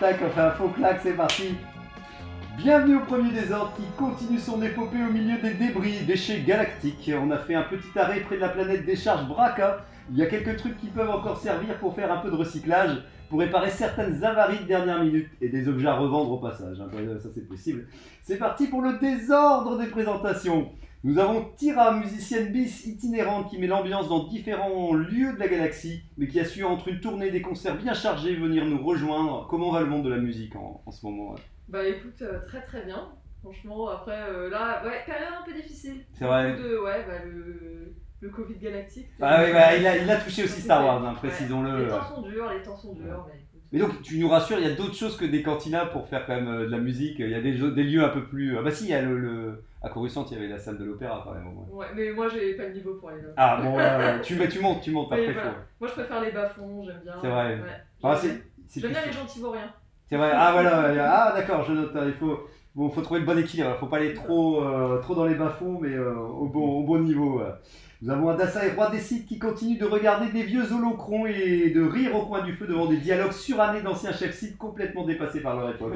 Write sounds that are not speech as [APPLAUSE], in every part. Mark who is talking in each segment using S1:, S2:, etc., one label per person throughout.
S1: Tac, on fait un faux claque, c'est parti Bienvenue au premier désordre qui continue son épopée au milieu des débris, déchets galactiques. On a fait un petit arrêt près de la planète décharge Braca. Il y a quelques trucs qui peuvent encore servir pour faire un peu de recyclage, pour réparer certaines avaries de dernière minute et des objets à revendre au passage. hein, quand ça c'est possible. C'est parti pour le désordre des présentations. Nous avons Tira, musicienne bis itinérante qui met l'ambiance dans différents lieux de la galaxie, mais qui a su, entre une tournée et des concerts bien chargés, venir nous rejoindre. Comment va le monde de la musique en, en ce moment ouais
S2: Bah écoute, euh, très très bien. Franchement, après, euh, là, ouais, période un peu difficile.
S1: C'est vrai.
S2: Beaucoup de- ouais, bah, le, le Covid galactique.
S1: Ah oui, bah, il, a, il a touché aussi Star Wars, hein, précisons-le.
S2: Les temps sont durs, les temps sont durs, mais écoute.
S1: Mais donc, tu nous rassures, il y a d'autres choses que des cantinas pour faire quand même euh, de la musique. Il y a des, jeux- des lieux un peu plus. Ah bah si, il y a le, le- à Coruscant, il y avait la salle de l'opéra quand même. au moins.
S2: Ouais, mais moi j'ai pas le niveau pour aller là.
S1: Ah bon, ouais, ouais, tu, mais tu montes, tu montes
S2: Oui,
S1: après.
S2: voilà.
S1: faut-
S2: Moi je préfère les bas-fonds, j'aime bien.
S1: C'est vrai.
S2: Ouais.
S1: Ah,
S2: J'aime-
S1: c'est- c'est
S2: J'aime bien
S1: plus-
S2: les gentils vauriens.
S1: C'est vrai. Ah voilà. ouais, Ah d'accord, je note. hein, Il faut, bon, faut trouver le bon équilibre. hein. Faut pas aller trop, euh, trop dans les bas-fonds, mais euh, au bon, au bon niveau. ouais. Nous avons Adassa et Roi des sites qui continue de regarder des vieux holocrons et de rire au coin du feu devant des dialogues surannés d'anciens chefs sites complètement dépassés par leur époque.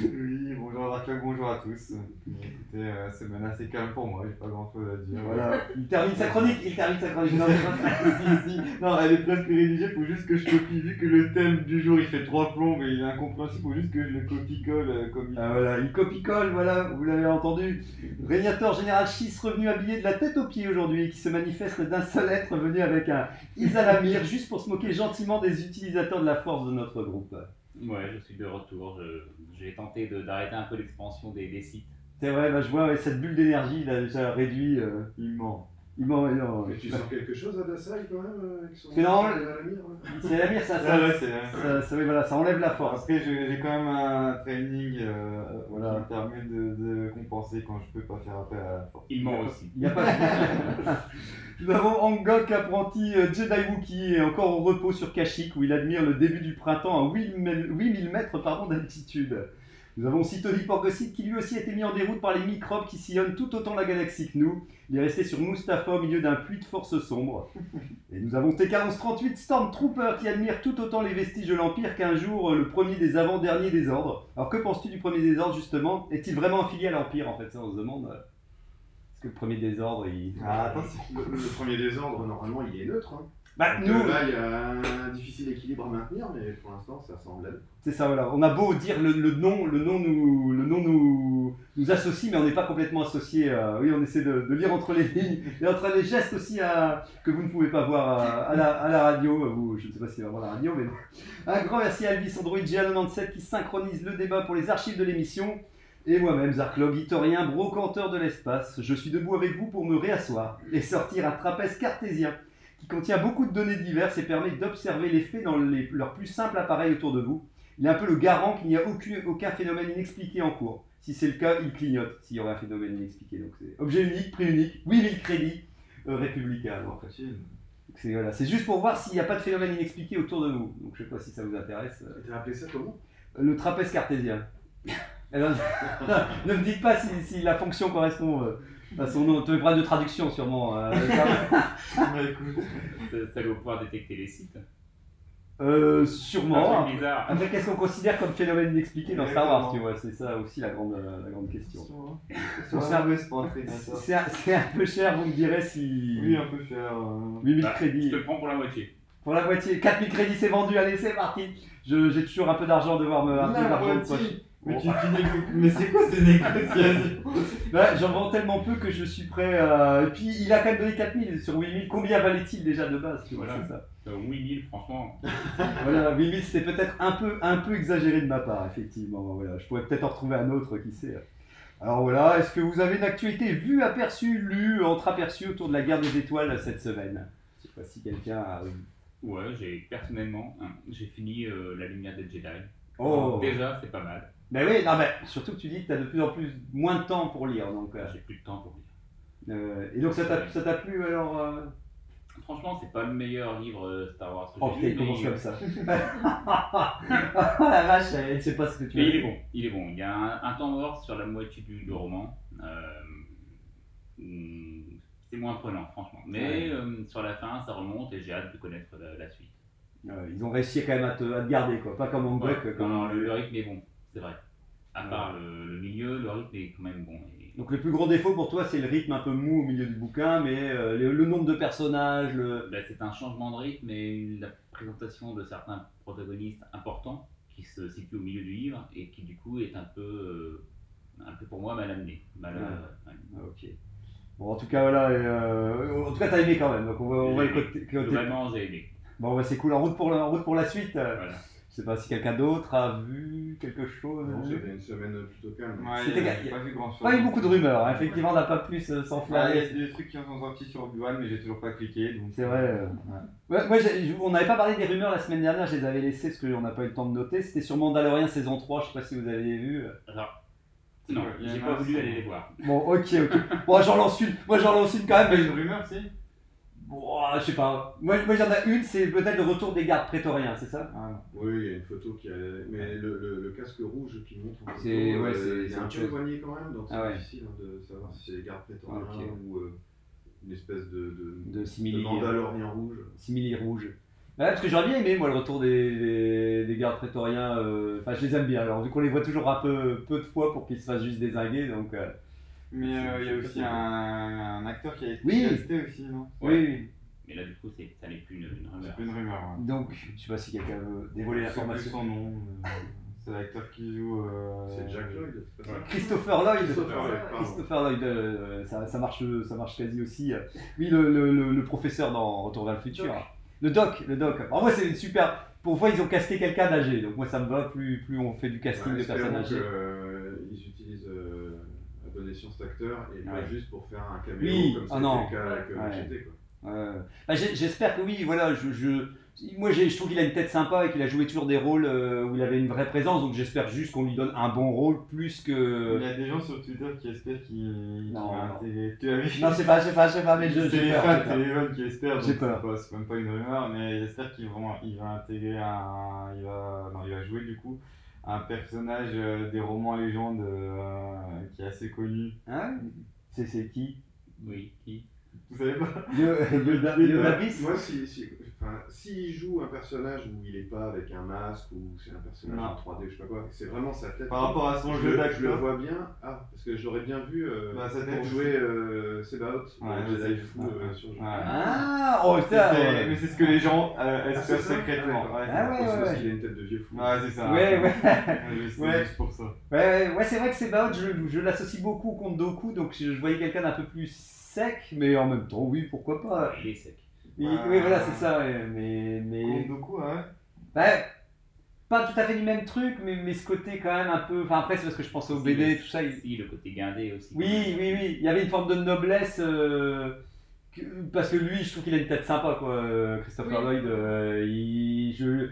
S3: Oui, bonjour Darkweb, bonjour à tous. Écoutez, euh, semaine assez calme pour moi, j'ai pas grand chose à dire.
S1: Voilà. Il termine sa chronique. Il termine sa chronique. Non,
S3: Si, si. Non, elle est presque rédigée, faut juste que je copie, vu que le thème du jour il fait trois plombes et il est incompréhensible, faut juste que je le copie-colle euh, comme il
S1: Ah, voilà, il copie-colle, voilà, vous l'avez entendu. Régnateur général Schiss revenu habillé de la tête aux pieds aujourd'hui, qui se manifeste d'un seul être venu avec un Isalamir, juste pour se moquer gentiment des utilisateurs de la force de notre groupe.
S4: Ouais, je suis de retour. Je- J'ai tenté de- d'arrêter un peu l'expansion des, des sites.
S1: C'est vrai, bah, je vois, ouais, cette bulle d'énergie, il a déjà réduit. euh,
S3: il ment.
S1: il m'en. non,
S5: Mais tu
S1: bah,
S5: sens quelque chose à Dassail quand même euh, avec son-
S1: C'est normal.
S5: son Alamir, hein.
S1: Isalamir, ça, ça,
S3: Ah ouais, c'est
S1: ça- ça- oui, voilà, ça enlève la force.
S3: Après, je- j'ai quand même un training euh,
S1: Voilà.
S3: qui me permet de, de compenser quand je peux pas faire appel à la force.
S4: Ils m'ont aussi.
S1: Il n'y a pas Nous avons Angok, apprenti euh, Jedi Wookiee, est encore au repos sur Kashyyyk, où il admire le début du printemps à 8000 mètres pardon, d'altitude. Nous avons aussi Tony Porgosid, qui lui aussi a été mis en déroute par les microbes qui sillonnent tout autant la galaxie que nous. Il est resté sur Mustapha au milieu d'un puits de force sombre. Et nous avons TK-1138 Stormtrooper qui admire tout autant les vestiges de l'Empire qu'un jour euh, le premier des avant-derniers des ordres. Alors que penses-tu du premier des ordres justement Est-il vraiment affilié à l'Empire en fait Ça on se demande. Est-ce que le premier des ordres il...
S3: Ah, attention.
S5: Le, le premier désordre, normalement, il est neutre. hein.
S1: Bah
S5: Donc,
S1: nous,
S5: euh, Là, il y a un difficile équilibre à maintenir, mais pour l'instant, ça semble être.
S1: c'est ça voilà. On a beau dire le, le nom, le nom nous, le nom nous, nous associe, mais on n'est pas complètement associé. euh, oui, on essaie de, de lire entre les lignes et entre les gestes aussi à- que vous ne pouvez pas voir à, à la, à la radio. euh, Vous, je ne sais pas si c'est vraiment la radio, mais un grand merci à Alvis Android G97 qui synchronise le débat pour les archives de l'émission. Et moi-même, Zarklog, itorien, brocanteur de l'espace, je suis debout avec vous pour me réasseoir et sortir un trapèze cartésien qui contient beaucoup de données diverses et permet d'observer les faits dans les- leur plus simple appareil autour de vous. Il est un peu le garant qu'il n'y a aucun, aucun phénomène inexpliqué en cours. Si c'est le cas, il clignote s'il y aurait un phénomène inexpliqué. Donc c'est objet unique, prix unique, 8000 crédits, euh, républicain.
S3: Alors,
S1: Donc,
S3: après, tu-
S1: C'est voilà, c'est juste pour voir s'il n'y a pas de phénomène inexpliqué autour de vous. Donc je sais pas si ça vous intéresse. euh,
S5: T'as appelé ça comment
S1: Le trapèze cartésien. [LAUGHS] Alors, [LAUGHS] ne me dites pas si, si la fonction correspond euh, à son nom. Tu verras de traduction sûrement. euh,
S3: Bah, écoute.
S4: Ça, ça doit pouvoir détecter les sites.
S1: euh,
S4: un
S1: sûrement.
S4: truc bizarre.
S1: Après, qu'est-ce qu'on considère comme phénomène inexpliqué dans Star Wars, tu vois C'est ça aussi la grande, euh, la grande question.
S3: Sur
S1: ça-
S3: serveuse pour
S1: [LAUGHS]
S3: un training.
S1: C'est un, c'est un peu cher, vous me direz si...
S3: Oui, on peut faire. euh,
S1: 8000
S4: Bah, Je
S1: crédits.
S4: te prends pour la moitié.
S1: Pour la moitié, 4000 crédits, c'est vendu, allez, c'est parti Je- J'ai toujours un peu d'argent, devoir me... Euh, Un peu
S3: La
S1: d'argent de
S3: moitié.
S1: poche.
S3: Mais, tu- tu négo- mais c'est quoi ces négociations
S1: Bah, j'en vends tellement peu que je suis prêt à... Et puis, il a quand même donné 4000 sur 8000. Combien valait-il déjà de base, tu vois,
S4: Voilà.
S1: c'est ça
S4: Euh, oui, mille, franchement.
S1: Voilà, 8000, c'était peut-être un peu, un peu exagéré de ma part, effectivement. Voilà, je pourrais peut-être en retrouver un autre, qui sait. Alors voilà, est-ce que vous avez une actualité vue, aperçue, lue, entre-aperçue autour de la guerre des étoiles cette semaine Je sais pas si quelqu'un a...
S4: Ouais, j'ai personnellement, hein, j'ai fini euh, La Lumière des Jedi.
S1: Oh
S4: Déjà, c'est pas mal.
S1: Ben oui, non, ben, surtout que tu dis que tu as de plus en plus moins de temps pour lire. Donc, euh,
S4: J'ai plus de temps pour lire.
S1: euh, et donc ça t'a ça t'a plu alors euh,
S4: Franchement, c'est pas le meilleur livre euh, Star Wars que
S1: Oh putain,
S4: j'ai
S1: il
S4: lu,
S1: commence
S4: mais-
S1: comme ça.
S4: [LAUGHS]
S1: [LAUGHS] ah la vache, elle ne sait pas ce que tu
S4: Mais
S1: veux
S4: il est bon, il est bon. Il y a un, un temps mort sur la moitié du, du roman. euh, où c'est moins prenant, franchement. Mais euh, sur la fin, ça remonte et j'ai hâte de connaître la, la suite.
S1: Euh, ils ont réussi quand même à te, à te garder, quoi. Pas comme en
S4: Ouais,
S1: Buck,
S4: non,
S1: comme
S4: non, le, le rythme est bon, c'est vrai. À
S1: Ouais.
S4: part le, le milieu, le rythme est quand même bon. Et-
S1: Donc le plus gros défaut pour toi, c'est le rythme un peu mou au milieu du bouquin, mais euh, le, le nombre de personnages, le...
S4: Bah, c'est un changement de rythme et la présentation de certains protagonistes importants qui se situent au milieu du livre et qui du coup est un peu, euh, un peu pour moi mal amené. Mal,
S1: Ouais.
S4: euh, ouais.
S1: Ah, ok. Bon, en tout cas, voilà. euh, En tout cas, t'as aimé quand même, donc on va, on va le côté... côté-
S4: Globalement, j'ai aimé.
S1: Bon, bah, c'est cool. En route pour la, en route pour la suite. euh,
S4: Voilà.
S1: Je sais pas si quelqu'un d'autre a vu quelque chose.
S3: Non, c'était une semaine plutôt calme.
S5: Ouais,
S1: C'était
S5: j'ai
S1: ga-
S5: pas vu grand chose.
S1: Pas Ah, eu beaucoup de rumeurs, hein. effectivement, on n'a pas pu s-
S5: Ouais,
S1: s'enflammer.
S5: Ah, Il y a des trucs qui en sont sortis sur Obi-Wan, mais j'ai toujours pas cliqué. donc-
S1: C'est vrai, euh, Ouais, moi, j'ai- je- on n'avait pas parlé des rumeurs la semaine dernière, je les avais laissées parce qu'on n'a pas eu le temps de noter. C'était sur Mandalorian saison 3, je sais pas si vous aviez vu.
S4: Alors,
S5: C'est
S4: non,
S5: vrai, il y
S4: j'ai
S5: en a
S4: pas
S5: un,
S4: voulu
S5: c'est-
S4: aller les voir.
S1: Bon, ok, [LAUGHS] ok. Bon, j'en lance une, moi j'en lance une quand même.
S5: Pas
S1: mais-
S5: Ah, une rumeur, si
S1: Bon, je sais pas. Moi, moi, il y en a une, c'est peut-être le retour des gardes prétoriens, c'est ça
S5: Ah non.
S3: Oui, il y a une photo qui a. Mais le, le- le casque rouge qui montre. en photo,
S1: C'est- ouais,
S3: euh,
S1: c'est-
S3: il
S1: c'est
S3: est un
S1: autre
S3: peu
S1: chose.
S3: éloigné quand même, donc c'est
S1: Ah ouais.
S3: difficile hein, de savoir si c'est les gardes prétoriens
S1: Ah, ok.
S3: ou euh, une espèce de, de,
S1: De
S3: de
S1: Simili.
S3: Mandalorien rouge.
S1: Simili rouge. Ouais, parce que j'aurais bien aimé, moi, le retour des, des, des gardes prétoriens. euh, Enfin, je les aime bien. Alors, vu qu'on les voit toujours un peu, peu de fois pour qu'ils se fassent juste désinguer, donc. euh,
S5: Mais euh, il y a
S1: C'est- c'est
S5: aussi
S1: pas
S5: un, un acteur qui a été
S1: Oui.
S5: casté aussi, non
S4: Ouais.
S1: Oui,
S4: Mais là, du coup, c'est- ça n'est plus une, une
S5: C'est
S4: rumeur.
S5: pas une rumeur. ouais.
S1: oui. Donc, je sais pas si quelqu'un veut dévoiler
S5: Je sais plus
S1: l'information.
S5: son nom. euh, C'est l'acteur qui joue. euh,
S3: C'est Jack Lloyd, c'est pas ça
S1: Christopher Lloyd.
S3: Christopher Lloyd, pardon.
S1: Christopher Lloyd, euh, ça, ça marche, ça marche quasi aussi. Oui, le, le- le- le professeur dans Retour vers le futur. Le doc, le doc. En moi, c'est une super. Pour moi, ils ont casté quelqu'un d'âgé, donc moi ça me va. Plus, plus on fait du casting
S3: Ouais,
S1: de personnes
S3: espérons
S1: âgées.
S3: qu'ils utilisent euh, à bon escient cet acteur et pas
S1: Ouais.
S3: juste pour faire un caméo
S1: Oui,
S3: comme
S1: ah non.
S3: c'était le cas avec euh,
S1: Ouais.
S3: JT, quoi.
S1: Ouais. Bah, j'ai- J'espère que oui. Voilà, je, je- moi j'ai- je trouve qu'il a une tête sympa et qu'il a joué toujours des rôles euh, où il avait une vraie présence. Donc j'espère juste qu'on lui donne un bon rôle plus que.
S5: euh, Il y a des gens sur Twitter qui espèrent qu'il qu'il
S1: Non,
S5: va
S1: non.
S5: intégrer. Tu as vu
S1: Non, je sais pas, je sais pas, je sais pas, Ah, mais je.
S5: C'est
S1: j'ai
S5: les
S1: peur,
S5: fans
S1: j'ai peur.
S5: Téléphone qui espèrent, donc
S1: J'ai
S5: c'est
S1: peur.
S5: pas- c'est même pas une rumeur, mais j'espère qu'ils vont, il va intégrer un, il va, non, il va jouer du coup un personnage euh, des romans légendes euh, qui est assez connu.
S1: Hein C'est- c'est qui
S4: Oui, qui
S5: Vous savez pas [LAUGHS]
S1: Yodabis
S3: euh, Moi, si, si, enfin, s'il joue un personnage où il est pas avec un masque ou c'est un personnage
S5: Non.
S3: en 3D, je sais pas quoi, c'est vraiment sa tête.
S5: Par rapport à son
S3: je,
S5: jeu
S3: le- je le
S5: d'acteur.
S3: vois bien, ah, parce que j'aurais bien vu euh,
S5: Bah, sa tête
S3: pour
S5: aussi.
S3: jouer euh, Sebaot,
S5: Ouais,
S3: le Jedi
S5: c'est-
S3: fou
S5: ouais.
S3: euh, sur jeu.
S5: Ouais.
S1: Ah Oh
S5: C'est-
S1: putain
S5: c'est- Mais c'est ce que les gens euh,
S3: Ah,
S5: espèrent
S3: c'est ça
S5: secrètement.
S3: Ah,
S5: Ouais,
S1: Ah ouais,
S3: C'est
S1: ouais,
S3: parce
S1: ouais.
S3: qu'il a une tête de vieux fou.
S5: Ouais, c'est ça.
S1: Ouais, ouais.
S5: Ouais, c'est
S1: Ouais.
S5: juste pour ça.
S1: [LAUGHS] Ouais, ouais, ouais, c'est vrai que Sebaot, je, je l'associe beaucoup au compte Doku, donc je, je voyais quelqu'un d'un peu plus sec, mais en même temps, oui, pourquoi pas.
S4: Il est sec.
S1: Il-
S5: Ouais.
S1: Oui, voilà, c'est ça, ouais, mais. mais...
S5: Kondoku, ouais.
S1: Ouais, Bah, pas tout à fait du même truc, mais, mais ce côté quand même un peu. Enfin, après, c'est parce que je pense au BD, tout ça. il-
S4: Si, le côté guindé aussi.
S1: Oui, oui, oui, il y avait une forme de noblesse. euh, que- parce que lui, je trouve qu'il a une tête sympa, quoi. euh, Christopher
S2: Oui.
S1: Lloyd, euh, il, je-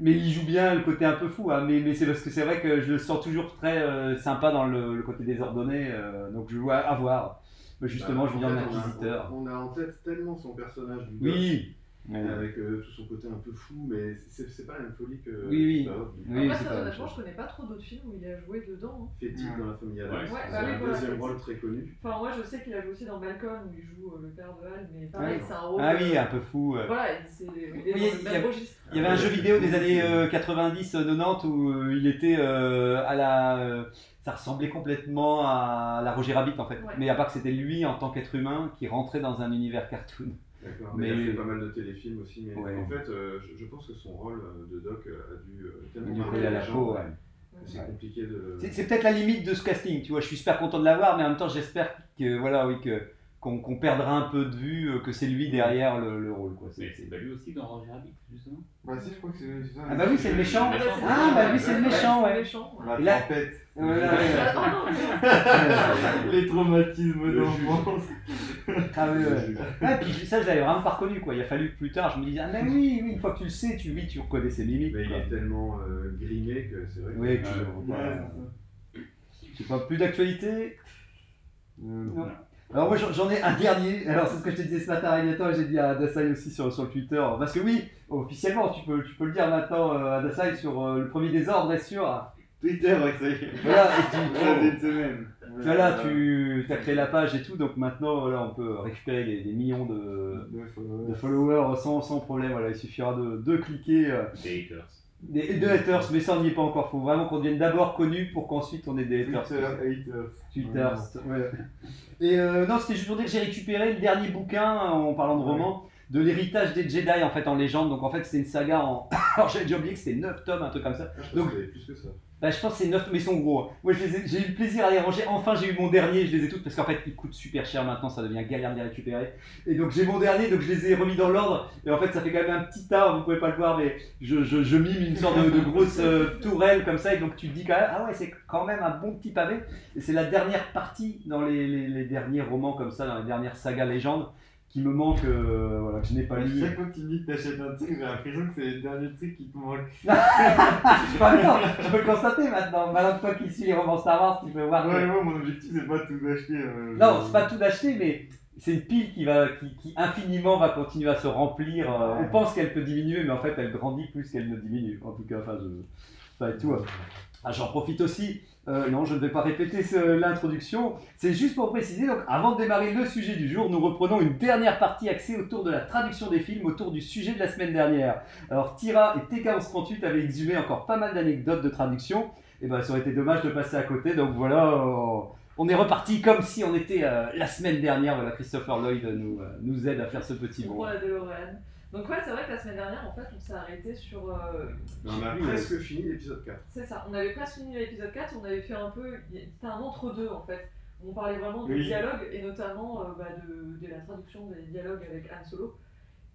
S1: mais il joue bien le côté un peu fou. hein, mais mais c'est parce que c'est vrai que je le sens toujours très euh, sympa dans le, le côté désordonné. euh, donc je vois à voir. Mais Justement,
S3: Bah,
S1: je viens
S3: en
S1: d'un
S3: fait, on a-
S1: inquisiteur.
S3: On a en tête tellement son personnage du Doc,
S1: Oui. Ouais.
S3: avec euh, tout son côté un peu fou, mais c'est c'est pas la même folie que.
S1: Oui, oui.
S3: Bah, du coup,
S1: Oui,
S2: Moi,
S1: c'est pas
S2: ça,
S1: la même
S2: honnêtement,
S1: chose.
S2: je connais pas trop d'autres films où il a joué dedans. hein.
S3: Fétique
S5: Ouais.
S3: dans la famille Adams.
S4: Ouais,
S3: c'est
S2: bah
S4: ouais,
S2: oui,
S3: un
S2: voilà,
S3: deuxième
S2: Fétique.
S3: rôle très connu.
S2: Enfin, moi, je sais qu'il a joué aussi dans Balcon où il joue euh, le père de Hal, mais pareil,
S1: Ah,
S2: c'est un rôle.
S1: Ah oui,
S2: euh,
S1: un peu fou. ouais.
S2: Voilà, il c'est- il
S1: Oui,
S2: est dans
S1: il
S2: le
S1: y
S2: même
S1: a-
S2: registre.
S1: Il y avait un jeu vidéo des années euh, 90-90 où euh, il était euh, à la. euh, ça ressemblait complètement à la Roger Rabbit en fait.
S2: Ouais.
S1: Mais à part que c'était lui en tant qu'être humain qui rentrait dans un univers cartoon.
S3: D'accord. Mais il
S1: Mais-
S3: a fait pas mal de téléfilms aussi. Mais
S1: Ouais.
S3: en fait, euh, je, je pense que son rôle euh, de Doc euh, a dû euh, tellement
S1: Du
S3: marquer
S1: coller à
S3: les
S1: la
S3: gens,
S1: peau, ouais.
S3: C'est
S1: Ouais.
S3: compliqué de.
S1: C'est c'est peut-être la limite de ce casting, tu vois. Je suis super content de l'avoir, mais en même temps, j'espère que voilà, oui, que qu'on qu'on perdra un peu de vue euh, que c'est lui derrière le, le rôle. Quoi. C'est-
S4: Mais c'est pas lui aussi dans Roger Rabbit, justement
S5: Bah si, je crois que c'est c'est ça.
S1: Ah bah oui, c'est le méchant.
S4: Le méchant.
S1: Ah, bah lui, c'est le méchant, ouais.
S2: méchant, ouais.
S3: La
S1: Et là-
S3: tempête.
S1: Voilà, ouais.
S2: Ah, oh non, mais-
S3: Les traumatismes
S5: Le
S3: d'enfance.
S1: Ah oui, ouais. Ah, puis ça, je l'avais vraiment pas reconnu, quoi. Il a fallu que plus tard, je me disais, ah, mais oui, oui, une fois que tu le sais, tu, oui, tu reconnais ses mimiques.
S5: Mais il
S1: quoi.
S5: est tellement euh, grimé que c'est vrai. que-
S1: Oui, et puis,
S4: Ouais.
S1: euh, voilà. Je sais pas, plus d'actualité Non. Alors moi j'en j'en ai un dernier, alors c'est ce que je te disais ce matin à Agnaton et j'ai dit à Adasai aussi sur, sur le Twitter, parce que oui, officiellement tu peux, tu peux le dire maintenant euh, Adasai sur euh, le premier désordre est sûr.
S3: Twitter, ouais, ça y est.
S1: Voilà, et
S3: [LAUGHS]
S1: tu,
S3: Voilà, cette semaine.
S1: tu vois là, tu as créé la page et tout, donc maintenant là on peut récupérer les, les millions de,
S3: Deux fois.
S1: de followers sans, sans problème, voilà, il suffira de, de cliquer. euh,
S4: Des haters.
S1: des, de haters, mais ça on n'y est pas encore. Faut vraiment qu'on devienne d'abord connu pour qu'ensuite on ait des haters.
S3: Twitter, haters.
S1: Twitter. ouais. Et euh, non, c'était juste pour dire que j'ai récupéré le dernier bouquin euh, en parlant de
S3: Ouais.
S1: roman de l'héritage des Jedi en fait en légende. Donc en fait c'était une saga en. [LAUGHS] Alors j'ai déjà oublié que c'était 9 tomes, un truc comme ça.
S5: Ah, je pense
S1: Donc-
S5: qu'il y avait plus que ça.
S1: Bah, je pense que c'est 9, mais ils sont gros. hein. Moi, je les ai- j'ai eu le plaisir à les ranger. Enfin, j'ai eu mon dernier, je les ai toutes parce qu'en fait, ils coûtent super cher maintenant, ça devient galère de les récupérer. Et donc, j'ai mon dernier, donc je les ai remis dans l'ordre. Et en fait, ça fait quand même un petit tas, vous pouvez pas le voir, mais je, je, je mime une sorte de, de grosse euh, tourelle comme ça. Et donc, tu te dis quand même, ah ouais, c'est quand même un bon petit pavé. Et c'est la dernière partie dans les, les- les derniers romans comme ça, dans les dernières sagas légendes, qui me manque, euh, voilà, que je n'ai pas
S3: Ouais,
S1: lu.
S3: Chaque fois que tu me dis que t'achètes un truc, j'ai l'impression que c'est le dernier truc qui te manque.
S1: Par exemple, je peux le constater maintenant. Maintenant, toi qui suis les romans Star Wars, tu peux voir. que-
S3: Ouais, ouais, mon objectif c'est pas de tout acheter. euh,
S1: Non,
S3: je-
S1: c'est pas tout d'acheter, mais c'est une pile qui va, qui, qui infiniment va continuer à se remplir. Euh, On pense qu'elle peut diminuer, mais en fait, elle grandit plus qu'elle ne diminue. En tout cas, enfin, je, ça et tout. hein. Ah, J'en profite aussi. Euh, non, je ne vais pas répéter ce- l'introduction. C'est juste pour préciser. Donc, avant de démarrer le sujet du jour, nous reprenons une dernière partie axée autour de la traduction des films, autour du sujet de la semaine dernière. Alors, Tira et TK1138 avaient exhumé encore pas mal d'anecdotes de traduction. Et ben, ça aurait été dommage de passer à côté. Donc voilà. euh, on est reparti comme si on était euh, la semaine dernière. Voilà, Christopher Lloyd nous, euh, nous aide à faire ce petit
S2: On
S1: bond.
S2: prend la DeLorean. Donc ouais, c'est vrai que la semaine dernière, en fait, on s'est arrêté sur... euh,
S5: Mais on a
S3: J'ai vu,
S5: presque fini l'épisode 4.
S2: C'est ça, on avait presque fini l'épisode 4, on avait fait un peu... C'était un entre-deux, en fait. On parlait vraiment du
S3: Oui.
S2: dialogue, et notamment euh, bah, de, de la traduction des dialogues avec Han Solo,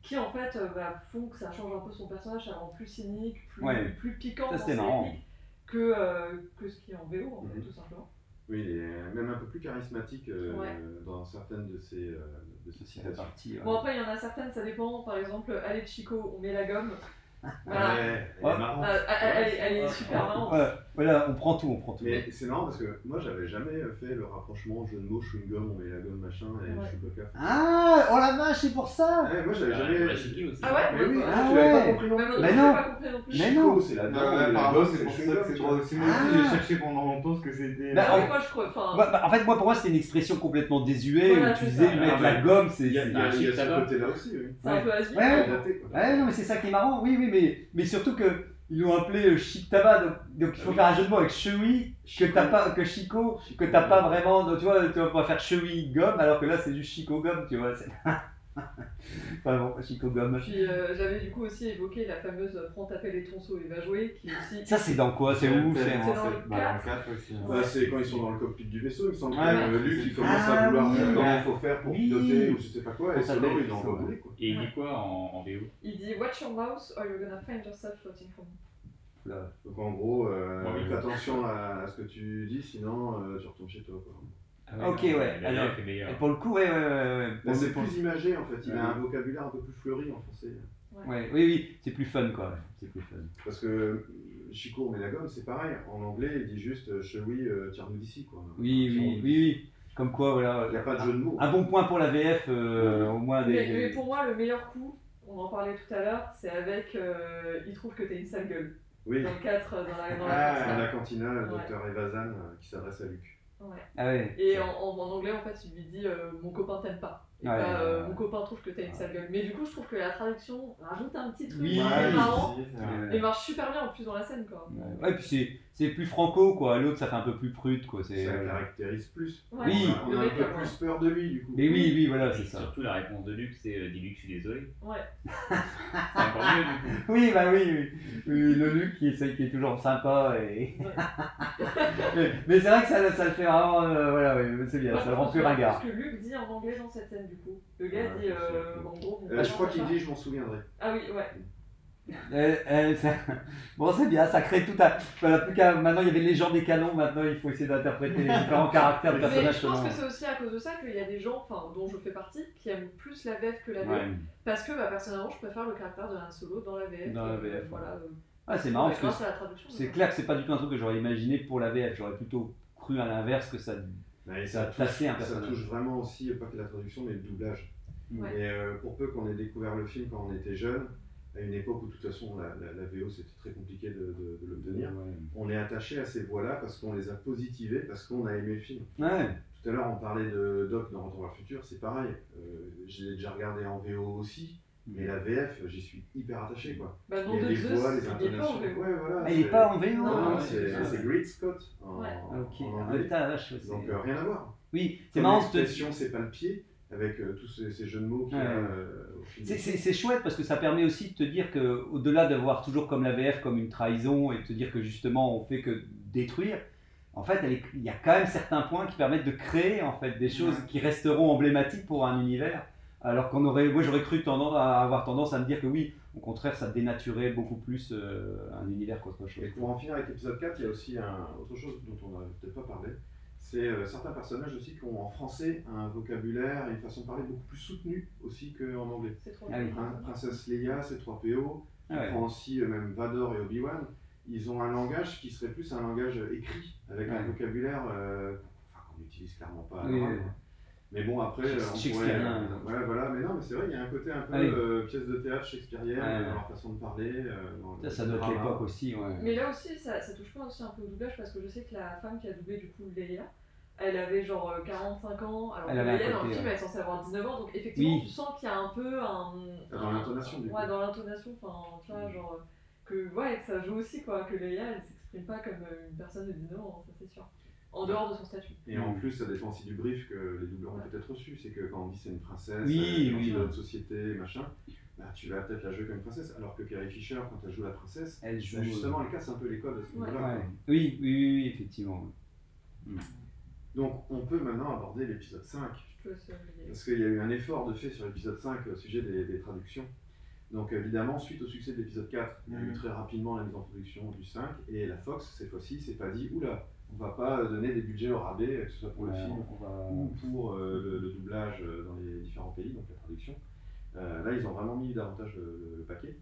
S2: qui, en fait, euh, bah, font que ça change un peu son personnage, ça le rend plus cynique, plus,
S1: Ouais.
S2: plus piquant
S1: Ça,
S2: dans
S1: c'était
S2: ses
S1: marrant.
S2: répliques que, euh, que ce qui est en vélo, en fait,
S5: Mhm.
S2: tout simplement.
S5: Oui, il est même un peu plus charismatique euh,
S2: Ouais.
S5: dans certaines de ses, euh, de ses
S1: C'est
S5: citations.
S1: reparti, euh, ouais.
S2: Bon, après, il y en a certaines, ça dépend. Par exemple, Allez Chico, on met la gomme. Voilà.
S5: Ah Ouais, elle est
S1: Ouais.
S5: marrante.
S2: Euh, elle, elle est- elle est super marrante.
S1: Voilà, voilà, on prend tout, on prend tout.
S5: Mais c'est marrant parce que moi j'avais jamais fait le rapprochement jeu de mots chewing-gum, on met la gomme machin et
S2: Ouais.
S5: Chewbacca.
S1: Ah, oh la vache, c'est pour
S3: Eh,
S1: ça
S5: Ouais, moi j'avais
S4: Ah,
S5: jamais.
S4: bah, c'est qui aussi
S2: Ah ouais
S5: Mais oui,
S1: Ah
S5: tu l'avais
S1: ouais.
S5: pas compris non
S2: Mais
S5: plus.
S2: non,
S1: Mais
S2: j'ai
S1: non.
S2: pas compris non
S1: Mais
S2: plus.
S5: Chico,
S1: non.
S5: Oh, c'est la
S3: Ouais,
S5: gomme, et
S3: ouais,
S5: la
S3: pardon,
S5: gomme,
S3: c'est
S5: c'est
S3: pour ça que
S5: chewing-gum.
S3: c'est
S5: tu
S3: drôle
S5: vois. Ah.
S3: aussi. Moi aussi,
S1: Ah.
S3: j'ai cherché pendant longtemps ce que c'était.
S1: Bah,
S2: Ah
S1: en-
S2: oui, moi je crois. Enfin,
S1: Moi, bah, En fait, moi, pour moi, c'était une expression complètement désuée
S2: Voilà,
S1: où tu
S2: c'est
S1: disais
S2: ça.
S1: mettre
S4: Ah,
S1: la
S4: ouais.
S1: gomme, c'est.
S5: Il y a,
S1: c'est-
S5: il y a- il y a
S4: Ah,
S5: ce côté-là aussi, oui.
S2: c'est un peu has-been.
S1: Ouais.
S5: C'est daté, quoi.
S1: Ouais, non, mais c'est ça qui est marrant, oui, oui, mais, mais surtout que. Ils l'ont appelé euh, Chiktaba, donc, donc il faut faire un jeu de mots avec Chewy, que t'as pas, que Chico, que t'as pas vraiment, donc, tu vois, tu vas pas faire Chewy gomme, alors que là c'est juste Chico gomme, tu vois. c'est- [LAUGHS] Enfin bon, Chico gomme.
S2: Puis euh, j'avais du coup aussi évoqué la fameuse euh, Prends taper les tronçons et va jouer, qui est aussi.
S1: Ça c'est dans quoi C'est où c'est-
S3: C'est
S2: dans le
S3: bah, dans le 4 aussi. hein.
S5: Bah, c'est quand ils sont dans le cockpit du vaisseau, il me semble
S3: Ouais,
S5: que euh,
S3: ouais.
S5: Luke il commence
S1: Ah,
S5: à vouloir
S1: oui.
S5: euh, comment
S3: Ouais.
S5: il faut faire pour
S1: Oui.
S5: piloter ou je sais pas quoi,
S1: Pour
S5: et Solo
S1: taper,
S5: il est en
S1: ouais.
S5: envolé quoi.
S4: Et il dit quoi en, en VO
S2: Il dit Watch your mouth or you're gonna find yourself floating home.
S5: Donc en gros, euh,
S4: Ouais,
S5: fais
S4: ouais.
S5: attention à, à ce que tu dis, sinon euh, tu retournes chez toi. Quoi.
S2: Ah
S1: Ok, ouais,
S4: La VO
S1: alors-
S4: fait
S1: Et
S4: meilleur.
S1: pour le coup, ouais, ouais, ouais, ouais.
S5: Là,
S1: Pour le
S5: c'est
S1: coup,
S5: plus imagé en fait, il
S1: Ouais.
S5: a un vocabulaire un peu plus fleuri en français.
S1: ouais, oui, oui, c'est plus fun quoi. C'est plus fun.
S5: Parce que euh, Chico, on met la gomme, c'est pareil. En anglais, il dit juste euh, Chewie, euh, tire-nous d'ici quoi.
S1: Oui, oui, oui, oui. Comme quoi, voilà.
S5: Il n'y a pas de jeu de mots.
S1: Un bon point pour la VF, euh, au
S5: Ah,
S1: moins des.
S2: Mais, mais pour moi, le meilleur coup, on en parlait tout à l'heure, c'est avec euh, Il trouve que t'es une sale gueule.
S5: Oui,
S2: Dans le 4, euh, dans la. Dans la
S5: Ah, dans
S2: dans
S5: la
S2: la-
S5: cantina, le
S2: Ouais.
S5: docteur Evazan euh, qui s'adresse à Luc.
S2: Ouais.
S1: Ah ouais.
S2: Et en, en- en anglais, en fait, il lui dit euh, Mon copain t'aime pas. Et
S1: Ouais.
S2: bah, euh, mon copain trouve que t'as une sale gueule. Mais du coup, je trouve que la traduction rajoute un petit truc
S1: Oui,
S2: très
S1: oui,
S2: marrant
S3: si, c'est vrai.
S2: et marche super bien en plus dans la scène quoi.
S1: Euh, Ouais, ouais, puis c'est- c'est plus franco, quoi. L'autre, ça fait un peu plus prude, quoi. C'est. euh,
S5: Ça caractérise plus.
S2: Ouais,
S1: Oui.
S5: On
S2: le
S5: a un
S2: mec,
S5: peu
S2: euh,
S5: plus peur de lui, du coup.
S1: Mais oui, oui, voilà, c'est
S4: Et
S1: ça. [LAUGHS]
S4: Surtout la réponse de Luc, c'est euh, dis-lui que je suis désolé.
S2: Ouais.
S4: C'est encore mieux du coup.
S1: Oui, bah oui, oui. Oui, le Luc qui, est- qui est toujours sympa et. [LAUGHS] mais mais c'est vrai que ça, ça le fait vraiment. euh, voilà, oui, mais c'est bien, ça le rend plus
S2: Ce
S1: ringard.
S2: que Luc dit en anglais dans cette scène du coup. Le gars
S5: Ouais,
S2: dit
S5: je
S2: euh,
S5: sais.
S2: en gros. mon
S5: Euh, je
S2: copain,
S5: crois qu'il
S2: machin.
S5: dit, je m'en souviendrai.
S2: Ah oui, ouais.
S1: Euh, euh, ça- [LAUGHS] Bon, c'est bien, ça crée tout un. Voilà, plus qu'à. Maintenant, il y avait les gens des canons, maintenant, il faut essayer d'interpréter les
S2: [LAUGHS]
S1: différents caractères de
S5: Mais
S2: Mais
S1: personnages.
S2: je pense
S1: selon-
S2: que c'est aussi à cause de ça qu'il y a des gens, enfin, dont je fais partie, qui aiment plus la VF que la VF.
S1: Ouais.
S2: Parce que bah, personnellement, je préfère le caractère de Han Solo dans la VF.
S1: Dans la
S2: Euh,
S1: VF,
S2: Voilà. euh,
S1: Ah, c'est marrant
S2: bah,
S1: parce que
S2: grâce à la traduction.
S1: c'est
S2: quoi.
S1: clair que c'est pas du tout un truc que j'aurais imaginé pour la VF. J'aurais plutôt cru à l'inverse que ça.
S5: Ouais, et
S1: Ça
S5: ça,
S1: a placé un
S5: touche, ça
S1: personnage.
S5: touche vraiment aussi, euh, pas que la traduction, mais le doublage.
S1: Ouais.
S5: Et euh, pour peu qu'on ait découvert le film quand on était jeune, à une époque où de toute façon la, la- la VO c'était très compliqué de, de- de l'obtenir, on est attaché à ces voix-là parce qu'on les a positivées, parce qu'on a aimé le film.
S1: Ouais.
S5: Tout à l'heure on parlait de Doc dans Retour vers le futur, c'est pareil. Euh, je l'ai déjà regardé en VO aussi, mais la VF, j'y suis hyper attaché quoi.
S2: Bah, non,
S5: Et
S2: de
S5: les
S2: Zeus,
S5: voix,
S2: il
S5: les
S2: est pas
S5: intonations.
S2: en VO.
S5: ouais, voilà,
S1: Ah, il est
S5: c'est-
S1: pas en VO.
S5: Non,
S2: Ah,
S5: non,
S2: ouais,
S5: c'est
S2: c'est ça.
S5: c'est Great Scott en,
S2: Ouais.
S5: en-
S1: Ah, ok.
S5: en
S1: Ah,
S5: anglais.
S1: putain, la vache, ouais, c'est-
S5: Donc euh, rien à voir.
S1: Oui, c'est
S5: Comme
S1: marrant ce
S5: l'expression, c'est pas le pied, avec euh, tous ces, ces jeux de mots qu'il y
S1: Ouais.
S5: a euh, au film.
S1: C'est- C'est c'est chouette parce que ça permet aussi de te dire que, au-delà de voir toujours comme la VF comme une trahison et de te dire que justement on fait que détruire, en fait elle est- il y a quand même certains points qui permettent de créer en fait des choses qui resteront emblématiques pour un univers. Alors qu'on aurait, moi j'aurais cru tendance à avoir tendance à me dire que oui, au contraire ça dénaturait beaucoup plus euh, un univers qu'autre chose.
S5: Et pour en finir avec l'épisode 4, il y a aussi un- autre chose dont on n'a peut-être pas parlé. C'est euh, certains personnages aussi qui ont en français un vocabulaire et une façon de parler beaucoup plus soutenue aussi qu'en anglais.
S2: C'est trop
S1: Ah oui.
S2: bien.
S5: Prin- Princesse Leia, C3PO,
S1: Ah
S5: on
S1: ouais.
S5: prend aussi euh, même Vador et Obi-Wan, ils ont un langage qui serait plus un langage euh, écrit, avec un
S1: Ouais.
S5: vocabulaire euh, enfin, qu'on n'utilise clairement pas. à
S1: Oui,
S5: l'oral,
S1: oui.
S5: quoi. Mais bon, après, euh, on pourrait.
S1: Shakespearien,
S5: euh, ouais, voilà, mais non, mais c'est vrai, il y a un côté un peu
S1: Ah oui.
S5: euh, pièce de théâtre shakespearienne
S1: Ouais.
S5: dans leur façon de parler. euh, dans
S1: Ça,
S5: le-
S1: ça doit être
S5: drama.
S1: l'époque aussi. Ouais.
S2: Mais là aussi, ça, ça touche pas aussi un peu au doublage parce que je sais que la femme qui a doublé du coup Leia, elle avait genre euh, 45 ans. Alors que
S1: Elle avait un
S2: Leia dans le
S1: côté,
S2: film,
S1: ouais.
S2: elle est censée avoir 19 ans. Donc effectivement,
S1: Oui.
S2: tu sens qu'il y a un peu un.
S5: Ah, dans
S2: un-
S5: l'intonation, du
S2: Ouais,
S5: coup. Mm.
S2: dans l'intonation. Enfin, tu vois, genre. euh, Que, ouais, que ça joue aussi quoi. Que Leia, elle s'exprime pas comme euh, une personne de 19 ans, ça c'est sûr. En dehors de son statut.
S5: Et
S1: Mm.
S5: en plus, ça dépend aussi du brief que les doubleurs ont
S2: Ouais.
S5: peut-être reçu. C'est que quand on dit c'est une princesse,
S1: Oui,
S5: euh,
S1: oui.
S5: dans une autre société, machin, bah, tu vas peut-être la jouer comme une princesse. Alors que Carrie Fisher, quand elle joue la princesse,
S1: Elle
S5: bah,
S1: joue.
S5: justement, elle casse un peu les codes à ce
S2: Ouais.
S5: niveau-là.
S1: euh,
S5: quoi.
S1: ouais. Oui, oui, oui, oui, effectivement.
S5: Donc on peut maintenant aborder l'épisode 5,
S2: Je peux se-
S5: parce qu'il y a eu un effort de fait sur l'épisode 5 au sujet des, des traductions. Donc évidemment, suite au succès de l'épisode 4, il y a eu
S1: Mhm.
S5: très rapidement la mise en production du 5, et la Fox, cette fois-ci, s'est pas dit, oula, on va pas donner des budgets au rabais, que ce soit pour
S1: Ouais,
S5: le film
S1: on va-
S5: ou pour euh, le, le doublage euh, dans les différents pays, donc la traduction. Euh, là, ils ont vraiment mis davantage le, le paquet.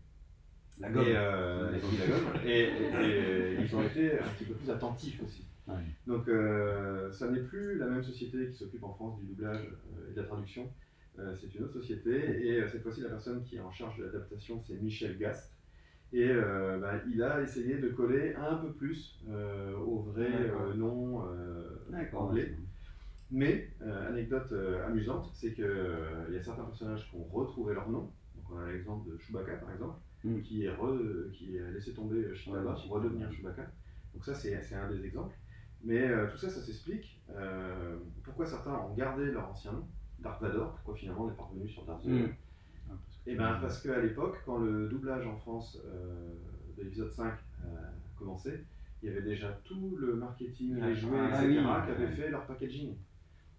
S1: La gomme.
S5: Et, euh,
S1: La gomme.
S5: la gomme. Et- et- et ils ont été un petit peu plus attentifs aussi.
S1: Ouais.
S5: Donc, euh, ça n'est plus la même société qui s'occupe en France du doublage euh, et de la traduction. Euh, c'est une autre société. Et euh, cette fois-ci, la personne qui est en charge de l'adaptation, c'est Michel Gast. Et euh, bah, il a essayé de coller un peu plus euh, au vrai
S1: D'accord.
S5: euh, nom euh,
S1: D'accord.
S5: anglais. Mais, euh, anecdote euh, amusante, c'est qu'il y a certains personnages qui ont retrouvé leur nom. Donc on a l'exemple de Chewbacca par exemple,
S1: Mm.
S5: qui, est re- qui a laissé tomber Chewbacca
S1: Ouais,
S5: pour redevenir Chewbacca. Donc ça c'est c'est un des exemples. Mais euh, tout ça, ça s'explique euh, pourquoi certains ont gardé leur ancien nom, Dark Vador, pourquoi finalement on est parvenu sur Dark Vador.
S1: Mm. Eh
S5: Et ben parce qu'à l'époque, quand le doublage en France euh, de l'épisode 5 a commencé, il y avait déjà tout le marketing,
S1: Ah,
S5: les jouets,
S1: ah
S5: etc.,
S1: oui.
S5: qui avaient fait leur packaging.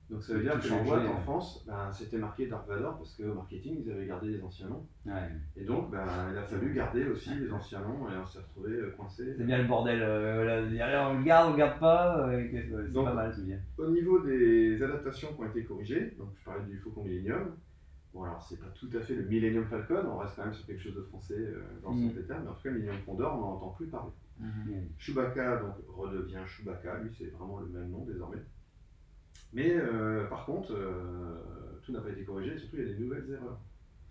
S5: Donc ça veut
S1: Tout
S5: dire que les
S1: changé,
S5: boîtes
S1: ouais.
S5: en France, ben, c'était marqué Dark Vador parce que au marketing, ils avaient gardé les anciens noms.
S1: Ouais.
S5: Et donc, ben, il a fallu garder aussi les anciens noms et on s'est retrouvé euh, coincé.
S1: C'est bien le bordel. euh, voilà, de dire, allez, on le garde, on le garde pas. euh, qu'est-ce que- c'est
S5: Donc-
S1: pas mal, c'est bien.
S5: Au niveau des adaptations qui ont été corrigées, donc je parlais du Faucon Millenium. Bon, alors c'est pas tout à fait le Millennium Falcon, on reste quand même sur quelque chose de français euh, dans
S1: Mm.
S5: son état, mais en tout cas, Millennium Condor, on n'en entend plus parler. Chewbacca donc, redevient Chewbacca, lui c'est vraiment le même nom désormais. Mais euh, par contre, euh, tout n'a pas été corrigé et surtout il y a des nouvelles erreurs.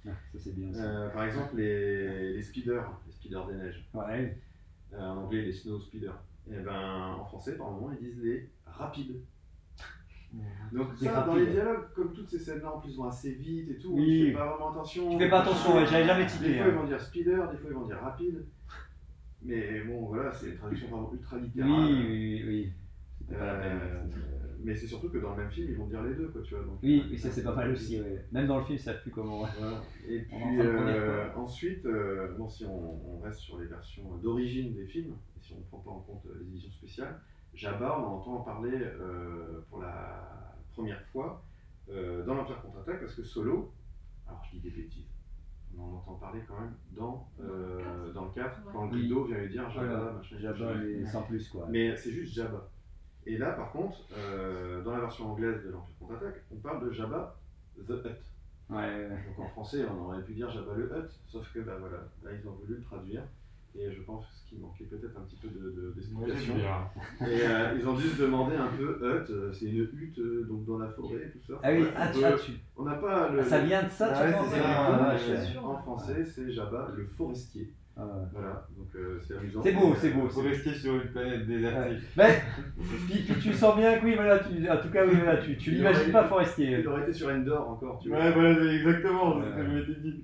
S1: Ah, ça, c'est bien. Ça.
S5: Euh, par exemple, les, les speeders, les speeders des neiges,
S1: Ouais.
S5: Euh, Eh en anglais les snow speeders, et ben, en français par moment ils disent les rapides. Donc
S1: C'est
S5: ça, dans
S1: rapide.
S5: les dialogues, comme toutes ces scènes-là, en plus, vont assez vite et tout, hein,
S1: Oui.
S5: tu fais pas vraiment attention.
S1: Tu fais pas attention, ouais, j'avais jamais
S5: Des
S1: tiqué.
S5: fois, ils
S1: hein.
S5: vont dire speeder, des fois, ils vont dire rapide. Mais bon, voilà, c'est une traduction vraiment ultra
S1: Oui,
S5: littérale. hein.
S1: oui, oui.
S5: Euh, mais c'est surtout que dans le même film, ils vont dire les deux, quoi, tu vois. donc- euh,
S1: Oui, oui, ça c'est pas mal aussi. ouais. Même dans le film, ils savent plus comment.
S5: Voilà. Et
S1: On est
S5: puis,
S1: en train de connaître,
S5: euh, ensuite, euh, bon, si on, on reste sur les versions d'origine des films, et si on ne prend pas en compte euh, les éditions spéciales, Jabba, on en entend parler euh, pour la première fois euh, dans l'Empire contre-attaque, parce que Solo, alors je dis des bêtises, on en entend parler quand même dans, euh, dans le 4,
S2: Ouais.
S5: quand le
S1: Oui.
S5: Guido vient lui dire Jabba,
S1: Voilà,
S5: machin,
S1: Jabba,
S5: machin.
S1: mais sans plus quoi.
S5: Mais c'est juste Jabba. Et là, par contre, euh, dans la version anglaise de l'Empire contre-attaque, on parle de Jabba the Hutt.
S1: Ouais, ouais, ouais.
S5: Donc en français, on aurait pu dire Jabba le Hutt, sauf que bah voilà, là ils ont voulu le traduire. Et je pense qu'il manquait peut-être un petit peu de- de-
S3: Moi, j'aime
S5: d'explication.
S3: bien.
S5: et euh, ils ont dû se demander un peu Hutt, euh, c'est une hutte euh, donc dans la forêt, tout ça.
S1: Ah oui,
S5: Ouais,
S1: ah,
S5: on
S1: tu,
S5: peut-
S1: ah, tu-
S5: On n'a pas le.
S1: ah, ça vient de ça,
S5: Ah ouais,
S1: tu penses
S5: c'est
S1: ouais,
S5: ça,
S1: ouais,
S5: euh,
S1: ouais, ouais.
S5: En français, c'est Jabba le forestier.
S1: Ah, ouais.
S5: Voilà, donc euh, c'est amusant.
S1: C'est beau, c'est beau.
S3: Faut rester sur une planète désertique.
S1: Mais [LAUGHS] puis- puis tu sens bien que oui, voilà, tu- en tout cas, oui, voilà, tu, tu
S5: Il
S1: l'imagines
S5: aurait-
S1: pas
S5: Il
S1: forestier. euh,
S5: aurait été sur Endor encore, tu vois.
S3: Ouais, voilà, c'est exactement c'est ce
S1: Ouais.
S3: que je m'étais dit.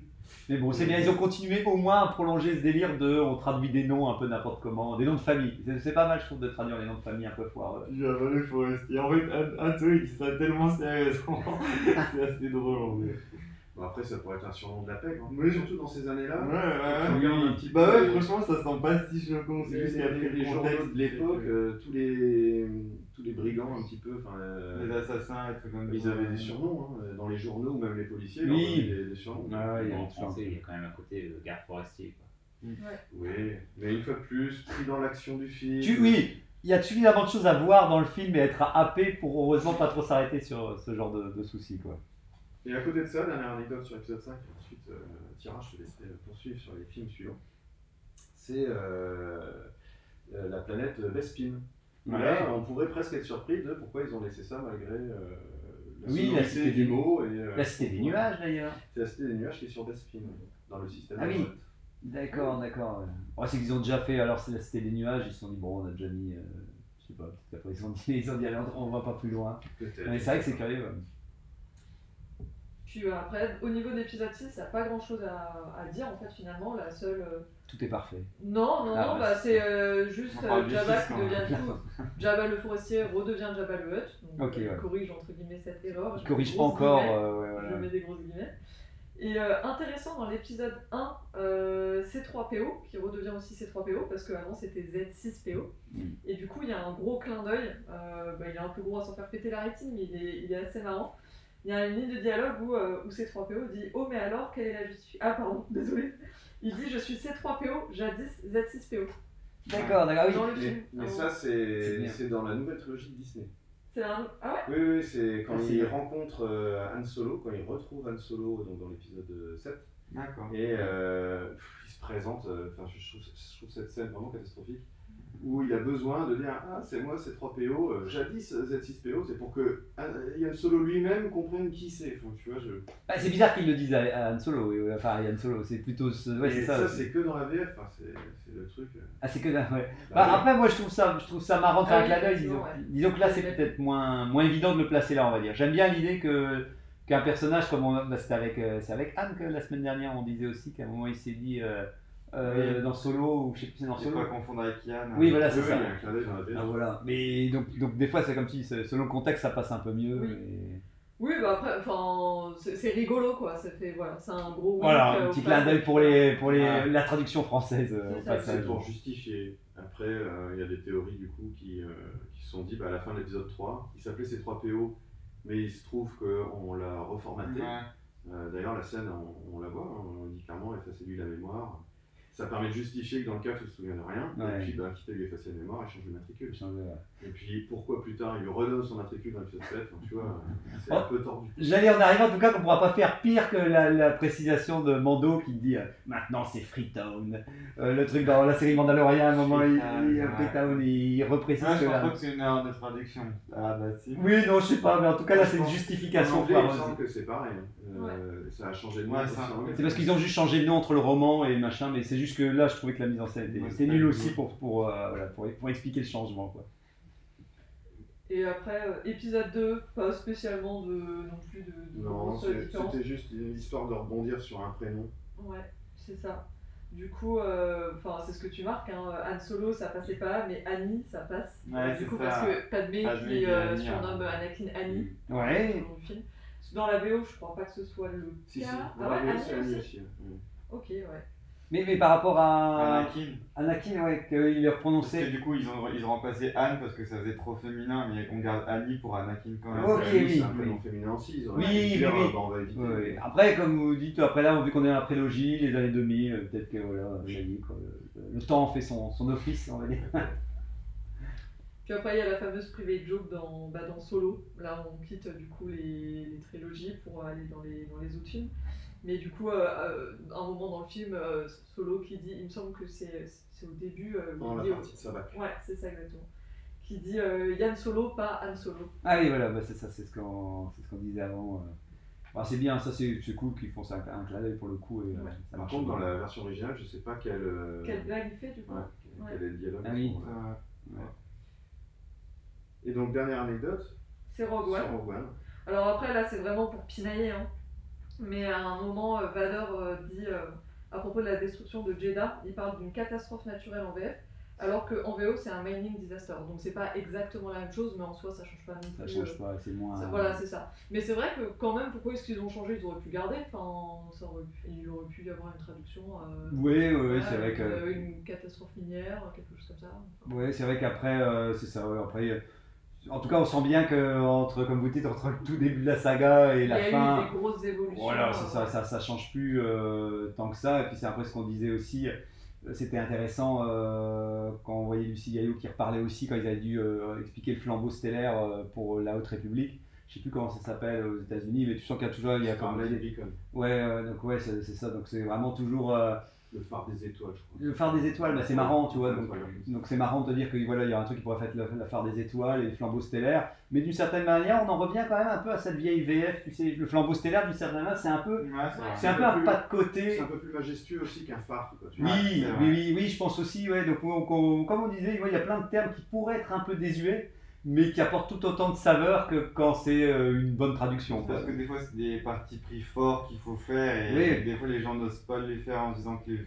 S1: Mais bon, c'est bien, ils ont continué au moins à prolonger ce délire de on traduit des noms un peu n'importe comment, des noms de famille. C'est- C'est pas mal, je trouve, de traduire les noms de famille un peu euh. foireux.
S3: J'ai avalé Forestier. En fait, un, un truc, il dit ça tellement sérieusement. [LAUGHS] c'est assez drôle en vrai.
S5: Bon, après, ça pourrait être un surnom de la PEC, hein.
S3: Oui.
S5: surtout dans ces années-là.
S3: Ouais,
S5: Tu
S3: ouais,
S5: regardes
S3: ouais.
S5: un petit
S3: Bah
S5: peu
S3: ouais,
S5: les-
S3: franchement, ça sent pas si choquant.
S5: Les,
S3: C'est juste qu'après
S5: les- les
S3: le
S5: journaux
S3: contexte.
S5: de l'époque, euh, tous, les, tous les brigands un petit peu, enfin, euh,
S3: Les assassins et tout comme ça.
S5: ils avaient des surnoms hein, dans les journaux ou même les policiers,
S1: Oui.
S5: ils avaient des, des surnoms.
S1: Ah ouais, il y a
S4: en
S1: tout ça.
S4: français, il y a quand même un côté euh, garde forestier. Quoi.
S5: Oui, mais une fois de plus, pris dans l'action du film.
S1: Tu, oui, il y a suffisamment de choses à voir dans le film et être happé pour heureusement pas trop s'arrêter sur euh, ce genre de, de soucis. Quoi.
S5: Et à côté de ça, dernière anecdote sur l'épisode 5, et ensuite, euh, tirage, je te laisserai poursuivre sur les films suivants. C'est euh, euh, la planète Bespin. Là, on pourrait presque être surpris de pourquoi ils ont laissé ça malgré euh, la
S1: Oui, la
S5: sonorité
S1: cité
S5: du
S1: des-
S5: mot. Et, euh,
S1: La cité des nuages d'ailleurs.
S5: C'est la cité des nuages qui est sur Bespin, dans le système.
S1: Ah oui.
S5: Azoth.
S1: D'accord, d'accord. ouais. Oh, c'est qu'ils ont déjà fait, alors c'est la cité des nuages, ils se sont dit, bon, on a déjà mis, euh, je sais pas, peut-être après ils se sont dit, [LAUGHS] ils ont dit, allez, on, on va pas plus loin.
S5: Peut-être.
S1: Mais c'est vrai que c'est curieux. ouais.
S2: Puis euh, après, au niveau de l'épisode 6, il n'y a pas grand chose à, à dire en fait finalement. La seule. euh,
S1: Tout est parfait.
S2: Non, non,
S1: Ah,
S2: non,
S1: ouais,
S2: bah,
S1: c'est-
S2: c'est euh, juste
S3: On parle
S2: euh,
S3: du
S2: Jabba
S3: six,
S2: qui
S3: quand même.
S2: devient fou. Jabba le forestier redevient Jabba le Hutt. Donc,
S1: Ok,
S2: euh,
S1: ouais.
S2: corrige entre guillemets cette erreur.
S1: Ils
S2: Je
S1: corrigent
S2: mets
S1: pas
S2: grosses
S1: encore.
S2: guillemets.
S1: euh, ouais, voilà.
S2: Je mets des grosses guillemets. Et euh, intéressant dans l'épisode 1, euh, C3PO, qui redevient aussi C3PO, parce qu'avant c'était Z6PO.
S1: Mm.
S2: Et du coup, il y a un gros clin d'œil. Euh, bah, il est un peu gros à s'en faire péter la rétine, mais il est, il est assez marrant. Il y a une ligne de dialogue où, euh, où C3PO dit Oh, mais alors, quelle est la justification Ah, pardon, [LAUGHS] désolé. Il dit Je suis C3PO, jadis Z6PO.
S1: D'accord, d'accord. oui.
S2: Dans le film.
S5: Mais, mais
S2: Ah
S5: ça,
S2: bon.
S1: C'est bien.
S5: c'est c'est dans la nouvelle trilogie de Disney.
S2: c'est un. Ah ouais
S5: Oui, oui, c'est quand
S1: Ah,
S5: il
S1: c'est-
S5: rencontre euh, Han Solo, quand il retrouve Han Solo donc dans l'épisode euh, 7,
S3: D'accord.
S5: et euh, pff, il se présente, euh, enfin je, trouve, je trouve cette scène vraiment catastrophique, où il a besoin de dire Ah, c'est moi, c'est 3PO, euh, jadis euh, Z6PO, c'est pour que euh, Han Solo lui-même comprenne qui c'est. Enfin, tu vois, je...
S1: Bah, c'est bizarre qu'ils le disent à, à Han Solo. oui, oui, Enfin, à Han Solo, c'est plutôt. ce- Ouais,
S5: et
S1: c'est
S5: ça,
S1: ça.
S5: c'est que dans la VF, enfin, c'est c'est le truc. euh,
S1: Ah, c'est que là, ouais.
S5: bah,
S1: Bah, après, moi, je trouve ça, je trouve ça marrant de
S2: Ah
S1: faire un
S2: oui,
S1: clin d'œil. Disons,
S2: effectivement, ouais.
S1: disons que là, c'est peut-être moins, moins évident de le placer là, on va dire. J'aime bien l'idée que qu'un personnage comme on, bah, c'était avec, euh, c'est avec Anne que la semaine dernière, on disait aussi qu'à un moment, il s'est dit euh, euh, dans Solo ou je sais plus, c'est dans
S3: Faut
S1: Solo.
S3: pas confondre avec Yann. hein.
S1: Oui, voilà,
S5: oui,
S1: c'est
S5: oui,
S1: ça.
S5: il y a un clin d'œil dans la VF.
S1: Ah, voilà. Mais donc, donc des fois, c'est comme si c'est- selon le contexte, ça passe un peu mieux.
S2: Oui.
S1: mais-
S2: Oui, bah après, enfin, c'est c'est rigolo quoi. Ça fait, voilà, c'est un gros.
S1: Voilà,
S2: wink,
S1: un
S2: euh,
S1: petit
S2: au
S1: clin
S2: fan.
S1: d'œil pour, les, pour les,
S3: Ouais.
S1: la traduction française euh,
S2: C'est
S1: au
S2: ça.
S1: passage.
S5: C'est pour justifier. Après, euh, il y a des théories du coup qui, euh, qui se sont dit bah, à la fin de l'épisode 3, il s'appelait C3PO, mais il se trouve qu'on l'a reformaté. Euh, D'ailleurs, la scène, on, on la voit, hein, on dit clairement effacez-lui la mémoire. Ça permet de justifier que dans le cas, tu ne te souviens de rien,
S1: Ouais.
S5: et puis bah, quitte à lui effacer la mémoire et change le matricule.
S1: Changer, ouais.
S5: Et puis pourquoi plus tard il lui redonne son matricule dans l'épisode 7, enfin, tu vois, c'est
S1: Oh.
S5: un peu tordu.
S1: J'allais en arriver en tout cas qu'on pourra pas faire pire que la, la précisation de Mando qui dit euh, maintenant c'est Freetown. Euh, le truc dans la série Mandalorian, à un moment, il, il-
S3: Freetown,
S1: Freetown, il reprécise
S3: Non, je pense
S1: cela.
S3: pas que c'est une erreur de traduction. Ah bah si.
S1: Oui, non, je sais pas, mais en tout cas là c'est une
S5: En
S1: justification.
S5: anglais, il me
S1: foireuse.
S5: semble que c'est pareil. Euh, Ça a changé de nom.
S3: Ouais,
S5: aussi
S3: ça-
S5: en anglais.
S1: C'est parce qu'ils ont juste changé le nom entre le roman et le machin, mais c'est juste que là je trouvais que la mise en scène était,
S3: Ouais,
S1: était
S3: c'est
S1: nulle
S3: pas
S1: aussi
S3: mieux.
S1: pour, pour, euh, voilà, pour, pour expliquer le changement. Quoi.
S2: Et après, euh, épisode 2, pas spécialement de, non plus de, de
S5: Non,
S2: grosses
S5: c'est-
S2: différences.
S5: c'était juste une histoire de rebondir sur un prénom.
S2: Ouais, c'est ça. Du coup, euh, enfin, c'est ce que tu marques, hein. Anne Solo, ça passait pas, mais Annie, ça passe. Euh,
S3: Ouais,
S2: du
S3: c'est
S2: coup,
S3: ça.
S2: parce que Padmé,
S3: Padmé
S2: qui
S3: et
S2: euh,
S3: Annie,
S2: surnomme
S3: hein.
S2: Anakin Annie
S1: Ouais.
S2: dans le film. Dans la VO, je crois pas que ce soit le cas.
S5: Si, si.
S2: Ah
S5: Dans la
S2: ouais,
S5: vidéo, c'est
S2: Annie
S5: Annie
S2: aussi
S5: aussi. ouais.
S2: Ok, ouais.
S1: Mais, mais par rapport à
S3: Ah, Anakin.
S1: Anakin, ouais, qu'il est
S3: Parce que
S1: prononcé.
S3: du coup, ils ont, ils ont remplacé Anne parce que ça faisait trop féminin, mais on garde Annie pour Anakin quand même.
S1: Ok,
S5: Parce que Annie,
S1: oui,
S5: C'est un
S1: oui.
S5: prénom féminin aussi. Ils
S1: Oui,
S5: auraient pu
S1: oui,
S5: dire,
S1: oui.
S5: euh, bah, on va éviter.
S1: Ouais, ouais. Après, comme vous dites, après là, vu qu'on est dans la prélogie, les années 2000, euh, peut-être que voilà, euh, ça y est, quoi, le, le temps fait son, son office, on va dire.
S2: Puis après, il y a la fameuse private joke dans, bah, dans Solo. Là, on quitte du coup les, les trilogies pour aller dans les, dans les autres films. Mais du coup, euh, euh, un moment dans le film, euh, Solo qui dit, il me semble que c'est c'est au début, euh, où
S5: Dans
S2: il
S5: la
S2: dit au-
S5: partie de sabbat.
S2: Ouais, c'est ça exactement. Qui dit euh, Yann Solo, pas Han Solo.
S1: Ah oui, voilà, bah, c'est ça, c'est ce qu'on c'est ce qu'on disait avant. euh. Bah, c'est bien, ça c'est c'est cool qu'ils font ça, un clin d'œil pour le coup, et euh,
S2: Ouais.
S1: ça
S5: Par
S1: marche.
S5: contre,
S1: bien.
S5: dans la version originale, je sais pas quel. euh,
S2: Quelle blague il fait du coup
S5: Ouais,
S2: Ouais.
S5: quel est le dialogue.
S1: Ah
S5: à ce
S1: oui.
S5: moment-là.
S1: Ouais.
S5: Et donc, dernière anecdote
S2: C'est Rogue
S5: sur
S2: One.
S5: Rogue One.
S2: Alors après, là, c'est vraiment pour pinailler. Hein. Mais à un moment, euh, Vador euh, dit euh, à propos de la destruction de Jeddah, il parle d'une catastrophe naturelle en VF, alors qu'en VO, c'est un mining disaster. Donc c'est pas exactement la même chose, mais en soi, ça change pas non plus.
S1: Ça
S2: euh,
S1: change pas, c'est moins.
S2: ça- Voilà, c'est ça. Mais c'est vrai que quand même, pourquoi est-ce qu'ils ont changé Ils auraient pu garder. Enfin, ça aurait pu- il aurait pu y avoir une traduction. euh,
S1: Ouais, ouais, ouais,
S2: voilà,
S1: c'est vrai que.
S2: euh, Une catastrophe minière, quelque chose comme ça. Enfin,
S1: Ouais, c'est vrai qu'après, euh, c'est ça. ouais, après, euh, en tout cas, on sent bien que entre, comme vous dites, entre le tout début de la saga et
S2: Il y
S1: la
S2: a
S1: fin,
S2: eu des grosses évolutions.
S1: voilà,
S2: euh,
S1: c'est ça, ça, ça change plus euh, tant que ça. Et puis c'est après ce qu'on disait aussi. euh, C'était intéressant euh, quand on voyait Lucie Gaillot qui reparlait aussi quand ils avaient dû euh, expliquer le flambeau stellaire euh, pour la Haute République. Je sais plus comment ça s'appelle aux États-Unis, mais tu sens qu'il y a toujours, il y a
S5: C'est par
S1: comme
S5: Lady Beacon,
S1: ouais, euh, donc ouais, c'est c'est ça. Donc c'est vraiment toujours euh,
S5: le phare des étoiles, je crois.
S1: le phare des étoiles. Bah, c'est marrant, tu vois.
S5: Ouais,
S1: Donc,
S5: voilà.
S1: donc c'est marrant de te dire qu'il voilà, il y a un truc qui pourrait faire la, la phare des étoiles et le flambeau stellaire. Mais d'une certaine manière, on en revient quand même un peu à cette vieille VF. Tu sais, le flambeau stellaire, d'une certaine manière, c'est un peu,
S3: Ouais, c'est vrai.
S1: c'est un peu un pas de côté.
S5: C'est un peu plus majestueux aussi qu'un phare. quoi, tu
S1: Oui,
S5: vois.
S1: oui,
S3: c'est vrai.
S1: oui, oui, je pense aussi. Ouais, donc, on- qu'on- comme on disait, ouais, il y a plein de termes qui pourraient être un peu désuets, mais qui apportent tout autant de saveur que quand c'est euh, une bonne traduction. quoi.
S3: Parce que des fois, c'est des parties pris forts qu'il faut faire et
S1: Oui.
S3: des fois, les gens n'osent pas les faire en disant que les,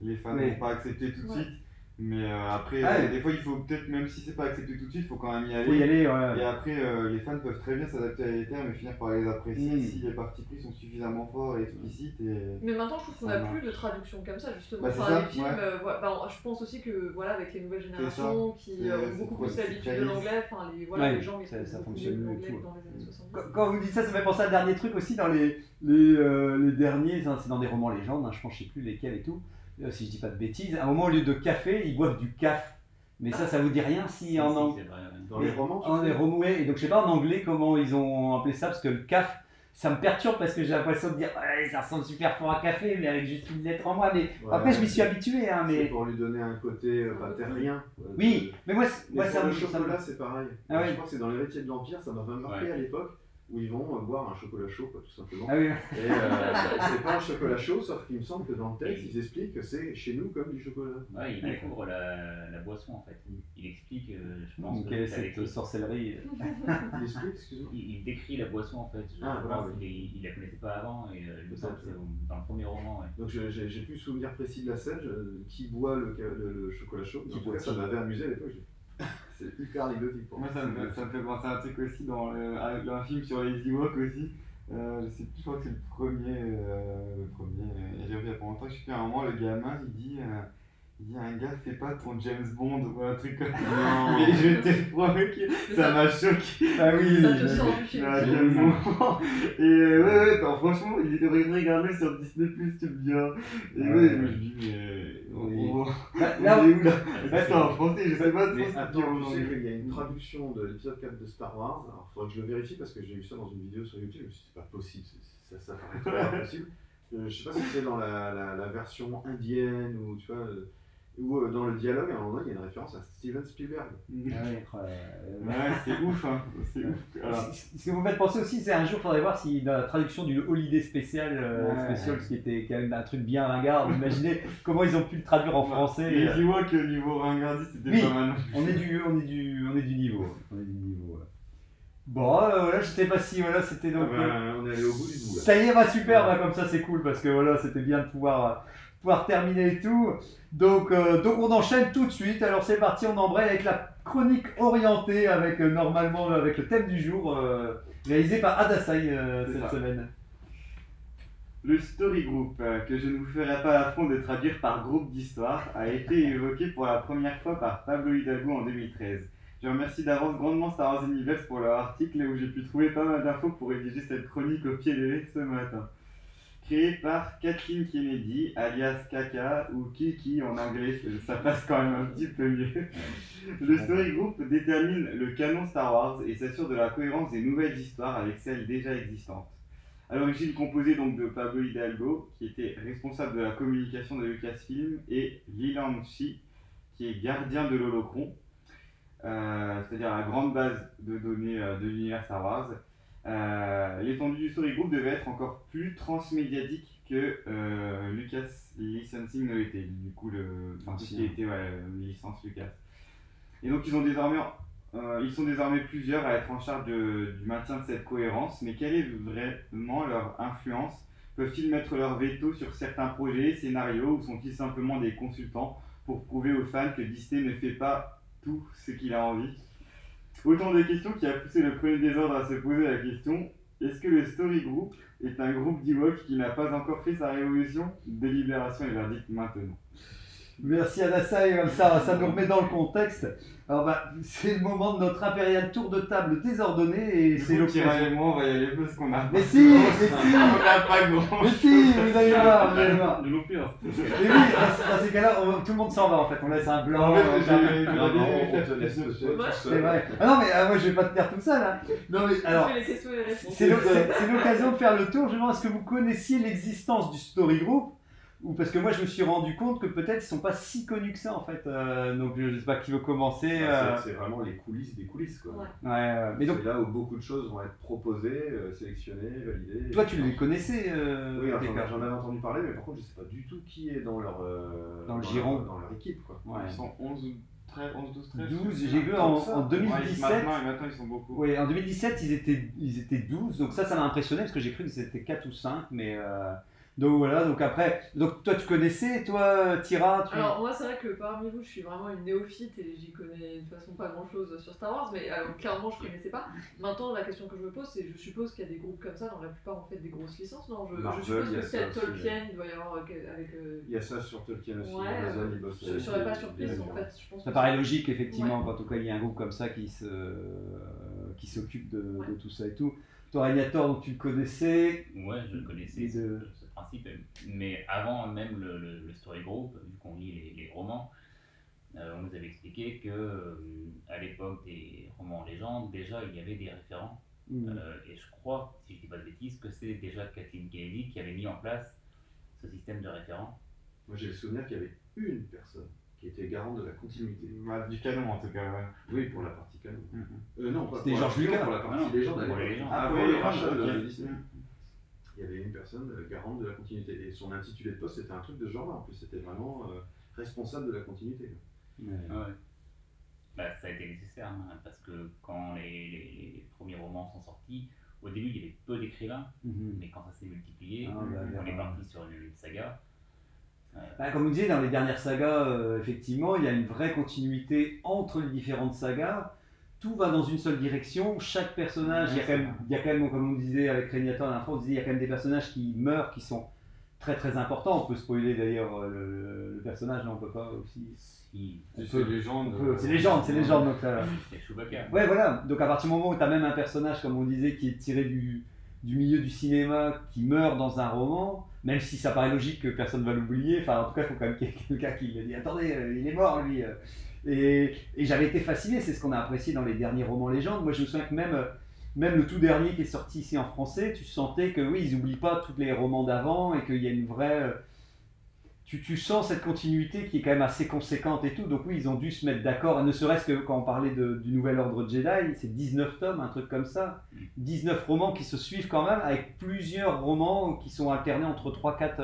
S3: les fans
S1: Oui.
S3: n'ont pas accepté tout de
S2: Ouais.
S3: suite. Mais euh, après,
S1: Ah,
S3: euh,
S1: ouais.
S3: des fois, il faut peut-être, même si c'est pas accepté tout de suite, il faut quand même y aller.
S1: faut y aller. ouais.
S3: Et après, euh, les fans peuvent très bien s'adapter à les termes et finir par les apprécier
S1: Mm.
S3: si les parties pris sont suffisamment forts et explicites. Et...
S2: Mais maintenant, je trouve qu'on
S3: Ça
S2: n'a
S3: marche.
S2: plus de traduction comme ça, justement.
S3: Bah, c'est
S2: Enfin,
S3: ça,
S2: les films,
S3: ouais.
S2: euh, voilà, bah, je pense aussi que, voilà, avec les nouvelles générations qui
S3: C'est-
S2: euh, ont
S3: c'est
S2: beaucoup
S3: quoi,
S2: plus
S3: c'est
S2: l'habitude de
S3: réaliste.
S2: l'anglais, enfin, les, voilà,
S1: Ouais,
S2: les gens
S1: ça-
S2: maîtrisent
S1: ça
S2: beaucoup
S1: fonctionne
S2: mieux
S1: mieux et
S2: l'anglais
S1: tout. hein.
S2: que dans les années 70.
S1: Quand- Quand vous dites ça, ça fait penser à un dernier truc aussi dans les, les, euh, les derniers, hein, c'est dans des romans légendes, hein, je pense, je sais plus lesquels et tout, euh, si je dis pas de bêtises. À un moment, au lieu de café, ils boivent du caf. Mais ça, ça vous dit rien si
S4: Ah,
S1: en anglais.
S4: c'est vrai, ouais.
S5: Dans les
S1: [LAUGHS] Mais-
S5: romans, tu
S1: On est
S5: sais,
S1: romoué, et donc je sais pas en anglais comment ils ont appelé ça, parce que le caf, ça me perturbe parce que j'ai l'impression de dire ouais, ça ressemble super fort à café, mais avec juste une lettre en moi. Mais
S5: Ouais.
S1: après, je m'y suis habitué, hein,
S5: c'est
S1: mais
S5: pour lui donner un côté euh, pas terrien. euh,
S1: oui, mais moi, c'est-
S5: Mais
S1: moi
S5: pour
S1: ça me
S5: le
S1: ça me-
S5: chocolat, c'est pareil.
S1: Ah ouais.
S5: Je crois que c'est dans l'héritier de l'Empire, ça m'a marqué
S4: Ouais.
S5: à l'époque, où ils vont euh, boire un chocolat chaud, quoi, tout simplement.
S1: Ah oui,
S5: Et euh, c'est pas un chocolat chaud, sauf qu'il me semble que dans le texte, ils expliquent que c'est chez nous comme du chocolat.
S4: Ouais, il
S1: Ouais.
S4: découvre la, la boisson en fait. Il explique, euh, je pense,
S1: donc
S4: que
S1: euh,
S4: c'est avec
S1: cette sorcellerie. euh,
S5: Ils expliquent, excuse-moi.
S4: Il, il décrit la boisson en fait. Je
S5: Ah,
S4: pense
S5: voilà, oui.
S4: qu'il est- il la connaissait pas avant et euh, il me semble que
S5: Peut-être.
S4: c'est dans le premier roman. Ouais.
S5: Donc je- j'ai j'ai plus le souvenir précis de la scène, je- qui boit le, ca- le- le chocolat chaud. mais
S1: Qui
S5: en tout
S1: boit
S5: cas, ça
S1: qui
S5: m'avait amusé à l'époque.
S3: [LAUGHS]
S5: je- C'est hyper anecdotique pour
S3: Moi, ça me, ça me fait penser à un truc aussi dans le- avec un film sur les Ewoks aussi. Euh, je sais plus, je crois que c'est le premier. euh, le premier. euh, J'ai vu il y a pas longtemps, je sais plus, à un moment, le gamin, il dit. euh, il dit à un gars, fais pas ton James Bond ou un truc comme ça. [LAUGHS]
S5: Non.
S3: Mais je te promets que
S2: Mais [LAUGHS]
S3: ça
S2: ça,
S3: m'a choqué.
S1: Ah oui,
S2: ça te sort du
S3: [LAUGHS]
S2: film.
S3: à quel moment. [LAUGHS] Et euh, ouais, ouais, non, franchement, il devrait regarder sur Disney, tu me diras. Et ouais,
S1: Ouais.
S3: je me dis, mais. On,
S1: Oui.
S3: on-
S1: Bah,
S3: on
S1: là,
S3: est où là
S4: Ah,
S3: Ouais, c'est en
S4: c'est-
S3: français, je sais pas trop ce
S5: Mais
S3: qu'ils
S5: attends,
S3: disent
S5: tu sais
S3: aujourd'hui.
S5: qu'il y a une traduction de l'épisode 4 de Star Wars. Alors, faudrait que je le vérifie parce que j'ai vu ça dans une vidéo sur YouTube. Je me suis dit, C'est pas possible, c'est- c'est- ça, ça [LAUGHS] paraît pas possible. Euh, je sais pas si c'est dans la, la- la version indienne ou tu vois. euh, où euh, dans le dialogue, à un moment, il y a une référence à Steven Spielberg.
S1: Ouais.
S3: Ouais, c'est ouf, hein. C'est ouf. Alors,
S1: Ce ce que vous me faites penser aussi, c'est un jour, il faudrait voir si dans la traduction du Holiday spécial, euh,
S3: Ouais.
S1: spécial, ce qui était quand même un truc bien ringard, vous imaginez [LAUGHS] comment ils ont pu le traduire en français.
S3: les
S1: euh.
S3: Ewoks euh, niveau ringardiste, c'était
S1: Oui.
S3: pas mal.
S1: On est du, on est du, on est du niveau. On est du niveau. ouais. Bon, euh, voilà, je sais pas si voilà, c'était
S5: Ah
S1: donc. euh,
S5: ben, on est allé au bout du bout là.
S1: Ça y est, bah super, bah, comme ça c'est cool parce que voilà, c'était bien de pouvoir, euh, pouvoir terminer et tout. Donc, euh, donc on enchaîne tout de suite. Alors c'est parti, on embraye avec la chronique orientée avec euh, normalement euh, avec le thème du jour euh, réalisé par Adasai euh,
S3: C'est
S1: cette
S3: ça.
S1: semaine.
S3: Le story group, euh, que je ne vous ferai pas l'affront de traduire par groupe d'histoire, a été évoqué pour la première fois par Pablo Hidalgo en 2013. Je remercie d'avance grandement Star Wars Universe pour leur article où j'ai pu trouver pas mal d'infos pour rédiger cette chronique au pied levé ce matin. Créé par Kathleen Kennedy, alias Kaka ou Kiki en anglais, ça passe quand même un petit peu mieux. Le story group détermine le canon Star Wars et s'assure de la cohérence des nouvelles histoires avec celles déjà existantes. À l'origine composé donc de Pablo Hidalgo, qui était responsable de la communication de Lucasfilm, et Lilan Shi, qui est gardien de l'Holocron, euh, c'est-à-dire la grande base de données euh, de l'univers Star Wars. Euh, L'étendue du story group devait être encore plus transmédiatique que euh, Lucas Licensing ne l'était, du coup, le, enfin, tout ce qui
S5: Ancien.
S3: était ouais, licence Lucas. Et donc, ils ont désormais euh, ils sont désormais plusieurs à être en charge de- du maintien de cette cohérence, mais quelle est vraiment leur influence Peuvent-ils mettre leur veto sur certains projets, scénarios, ou sont-ils simplement des consultants pour prouver aux fans que Disney ne fait pas tout ce qu'il a envie Autant de questions qui a poussé le premier désordre à se poser la question est-ce que le Story Group est un groupe d'Ewok qui n'a pas encore fait sa révolution Délibération et verdict maintenant.
S1: Merci Adasai, comme ça, ça nous remet dans le contexte. Alors bah, c'est le moment de notre impérial tour de table désordonné et
S3: Du
S1: c'est
S3: coup, Kira
S1: l'occasion.
S3: et moi, on va y aller parce qu'on a.
S1: Mais si, mais si,
S3: On n'a pas grand
S1: mais si, vous allez voir, vous allez voir.
S4: Nous non plus. hein.
S1: Mais oui, dans dans ces cas-là, on- tout le monde s'en va en fait. On laisse un blanc.
S3: Ouais,
S1: on laisse
S3: j'ai-
S1: un-
S3: j'ai-
S5: Non, non, on te
S3: j'ai-
S5: laisse
S3: j'ai-
S5: tout seul. tout
S1: C'est
S5: seul.
S1: vrai. Ah non, mais ah, moi je vais pas te faire tout ça là. Non, mais alors,
S2: les questions et les réponses.
S1: c'est l'o- c'est- c'est l'occasion de faire le tour. Je me demande, est-ce que vous connaissiez l'existence du Story Group ou parce que moi je me suis rendu compte que peut-être ils sont pas si connus que ça en fait. Euh, donc je sais pas qui veut commencer.
S5: Ah,
S1: euh,
S5: c'est- C'est vraiment les coulisses des coulisses quoi.
S2: Ouais.
S1: Ouais, ouais. mais donc
S5: C'est là où beaucoup de choses vont être proposées, euh, sélectionnées, validées.
S1: toi tu les connaissais, euh,
S5: Oui, alors, j'en
S1: Pekka
S5: j'en avais entendu parler, mais par contre, je sais pas du tout qui est dans leur, euh,
S1: Dans le
S5: leur-
S1: giron.
S5: dans leur équipe. Quoi.
S4: Ouais.
S3: Ils sont 11 ou 13, 11, 12, 13.
S1: 12,
S3: je
S1: j'ai
S3: sais
S1: vu
S3: pas.
S1: en,
S5: Comme ça.
S1: en
S3: Ouais,
S1: 2017.
S3: maintenant, et maintenant, ils sont beaucoup.
S1: Ouais, en 2017, ils étaient, ils étaient 12, donc ça, ça m'a impressionné parce que j'ai cru que c'était 4 ou 5, mais. euh, Donc voilà, donc après. Donc toi, tu connaissais, toi, Tira tu...
S5: Mm.
S2: Alors moi c'est vrai que parmi vous je suis vraiment une néophyte et j'y connais de toute façon pas grand chose sur Star Wars mais euh, clairement je connaissais pas. Maintenant la question que je me pose c'est je suppose qu'il y a des groupes comme ça dans la plupart en fait des grosses licences non je, je
S5: Marvel,
S2: suppose
S5: il y a
S2: que
S5: ça
S2: peut-être
S5: aussi,
S2: Tolkien il doit y avoir euh, quel- avec... euh,
S5: Il y a ça sur Tolkien aussi.
S2: Ouais,
S5: Amazon,
S2: euh,
S5: ils bossent
S2: je, je
S5: avec
S2: serais pas
S5: les- les
S2: surprise en
S5: gens.
S2: fait je pense
S1: Ça
S2: que
S1: paraît
S2: c'est-
S1: logique, effectivement,
S2: Ouais.
S1: quand en tout cas, il y a un groupe comme ça qui se, euh, qui s'occupe de, de
S2: Ouais.
S1: tout ça et tout. Toi, Ragnator, donc tu le connaissais.
S4: Ouais, je le connaissais,
S1: Et de-
S4: ce, ce principe. Mais avant même le, le- le story group, vu qu'on lit les, les romans, euh, on nous avait expliqué que euh, à l'époque des romans légendes, déjà il y avait des référents.
S1: Mm.
S4: Euh, et je crois, si je dis pas de bêtises, que c'est déjà Kathleen Kennedy qui avait mis en place ce système de référents.
S5: Moi, j'ai le souvenir qu'il y avait une personne qui était garante de la continuité.
S3: Bah, du canon en tout cas, ouais.
S5: Oui, pour la partie canon.
S3: Mhm.
S5: Euh, non, pas
S1: C'était
S5: pour la-
S1: Georges Lucas.
S5: Pour la
S4: Ah non,
S5: partie légende. à
S4: pour les
S5: l'époque.
S4: légendes.
S5: Ah,
S3: Après
S5: pour
S3: le
S5: le rachat de
S3: rachat,
S5: de
S3: ok.
S5: Disney. Il y avait une personne euh, garante de la continuité. Et son intitulé de poste, c'était un truc de ce genre-là. En plus, c'était vraiment euh, responsable de la continuité. quoi.
S4: Ouais. Bah, ça a été nécessaire, hein, parce que quand les, les- les premiers romans sont sortis, au début il y avait peu d'écrivains,
S1: Mhm.
S4: mais quand ça s'est multiplié,
S1: Ah, bah,
S4: on est
S1: vers-
S4: parti sur une, une saga.
S1: Bah, comme vous disiez, dans les dernières sagas, euh, effectivement, il y a une vraie continuité entre les différentes sagas. Tout va dans une seule direction. Chaque personnage, il, y a
S3: Ouais,
S1: quand
S3: c'est
S1: même,
S3: vrai.
S1: il y a quand même, comme on disait avec Régnator la dernière fois, on disait, il y a quand même des personnages qui meurent, qui sont très très importants. On peut spoiler d'ailleurs euh, le, le personnage, non, on peut pas aussi.
S4: Si,
S1: On
S3: C'est
S1: peut-
S3: légende.
S1: on peut- C'est légende, c'est légende. Donc, euh,
S4: c'est Chewbacca.
S1: Ouais, voilà. Donc à partir du moment où tu as même un personnage, comme on disait, qui est tiré du, du milieu du cinéma, qui meurt dans un roman, même si ça paraît logique que personne ne va l'oublier, enfin en tout cas, il faut quand même qu'il y ait [LAUGHS] quelqu'un qui le dit, attendez, euh, il est mort lui. euh. Et, et j'avais été fasciné, c'est ce qu'on a apprécié dans les derniers romans légendes. Moi, je me souviens que même, euh, même le tout dernier qui est sorti ici en français, tu sentais que oui, ils n'oublient pas tous les romans d'avant et qu'il y a une vraie... euh, tu- tu, tu sens cette continuité qui est quand même assez conséquente et tout. Donc oui, ils ont dû se mettre d'accord, ne serait-ce que quand on parlait de- du Nouvel Ordre Jedi, c'est 19 tomes, un truc comme ça. 19 romans qui se suivent quand même, avec plusieurs romans qui sont alternés entre 3-4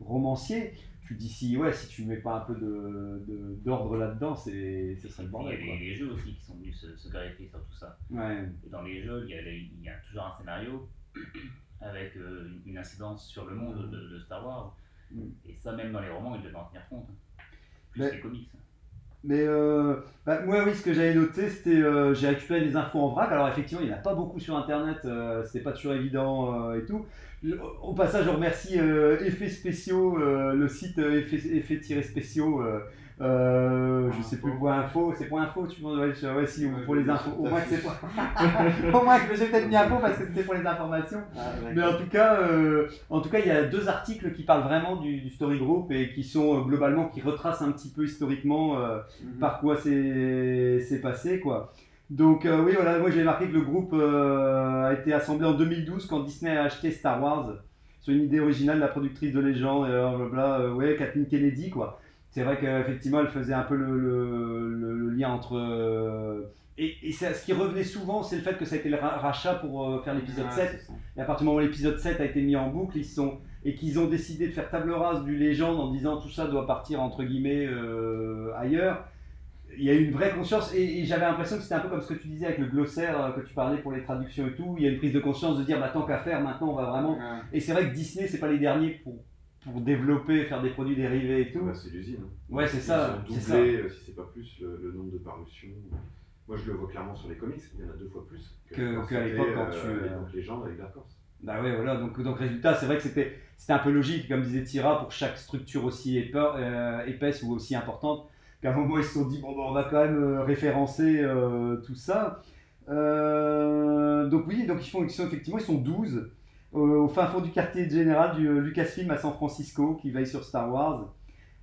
S1: romanciers. Tu dis si, ouais, si tu mets pas un peu de- de- d'ordre là-dedans, c'est ce serait le
S4: Il y a
S1: bordel.
S4: les, les jeux aussi qui sont venus se, se greffer sur tout ça.
S1: quoi. Ouais.
S4: Et dans les jeux, il y a, les- il y a toujours un scénario [COUGHS] avec euh, une- une incidence sur le monde de, de Star Wars.
S1: Mm.
S4: Et ça, même dans les romans, ils devaient en tenir compte. hein. Plus
S1: Mais-
S4: les comics.
S1: Mais euh, bah, moi, oui, ce que j'avais noté, c'était euh, j'ai récupéré des infos en vrac. Alors, effectivement, il n'y en a pas beaucoup sur Internet, euh, c'était pas toujours évident euh, et tout. Je- au passage, je remercie euh, Effets Spéciaux, euh, le site euh, Effets- Effets-Spéciaux. euh, euh, je sais plus, point info, c'est point info, tu m'en ouais, je- ouais, si,
S5: Ouais,
S1: pour
S5: je-
S1: les infos, au
S5: je-
S1: moins que c'est point-
S5: [LAUGHS]
S1: au moins que j'ai peut-être mis info parce que c'était pour les informations.
S5: Ah,
S1: Mais en
S5: d'accord.
S1: tout cas, euh, en tout cas, il y a deux articles qui parlent vraiment du, du story group et qui sont euh, globalement qui retracent un petit peu historiquement euh,
S5: Mhm.
S1: par quoi c'est c'est passé quoi. Donc euh, oui voilà, moi j'ai marqué que le groupe euh, a été assemblé en 2012 quand Disney a acheté Star Wars sur une idée originale de la productrice de légende, euh, bla ouais, Kathleen Kennedy quoi. C'est vrai qu'effectivement elle faisait un peu le, le- le- le lien entre euh, et, et ça- ce qui revenait souvent, c'est le fait que ça a été le ra- rachat pour euh, faire l'épisode
S5: Ah,
S1: 7
S5: c'est ça.
S1: et à partir du moment où l'épisode 7 a été mis en boucle, ils sont et qu'ils ont décidé de faire table rase du légende en disant tout ça doit partir entre guillemets euh, ailleurs. Il y a eu une vraie conscience et, et j'avais l'impression que c'était un peu comme ce que tu disais avec le glossaire euh, que tu parlais pour les traductions et tout. Il y a une prise de conscience de dire bah tant qu'à faire maintenant on va vraiment.
S5: Ah,
S1: Et c'est vrai que Disney c'est pas les derniers pour pour développer, faire des produits dérivés et tout.
S5: bah, c'est l'usine. hein.
S1: Ouais, c'est ça,
S5: Ils ont
S1: c'est ça.
S5: doublé, euh, si c'est pas plus, le, le nombre de parutions. Moi, je le vois clairement sur les comics, il y en a deux fois plus
S1: Que-
S5: quand
S1: qu'à
S5: c'était,
S1: l'époque, quand
S5: euh,
S1: tu-
S5: à l'époque, les gens avec Dark Horse.
S1: Bah ouais, voilà. Donc, donc résultat, c'est vrai que c'était, c'était un peu logique, comme disait Tira, pour chaque structure aussi épa- euh, épaisse ou aussi importante, qu'à un moment ils se sont dit, bon, bah, on va quand même euh, référencer euh, tout ça. Euh, donc oui, donc ils font, ils sont, effectivement, ils sont 12 euh, au fin fond du quartier général du euh, Lucasfilm à San Francisco, qui veille sur Star Wars.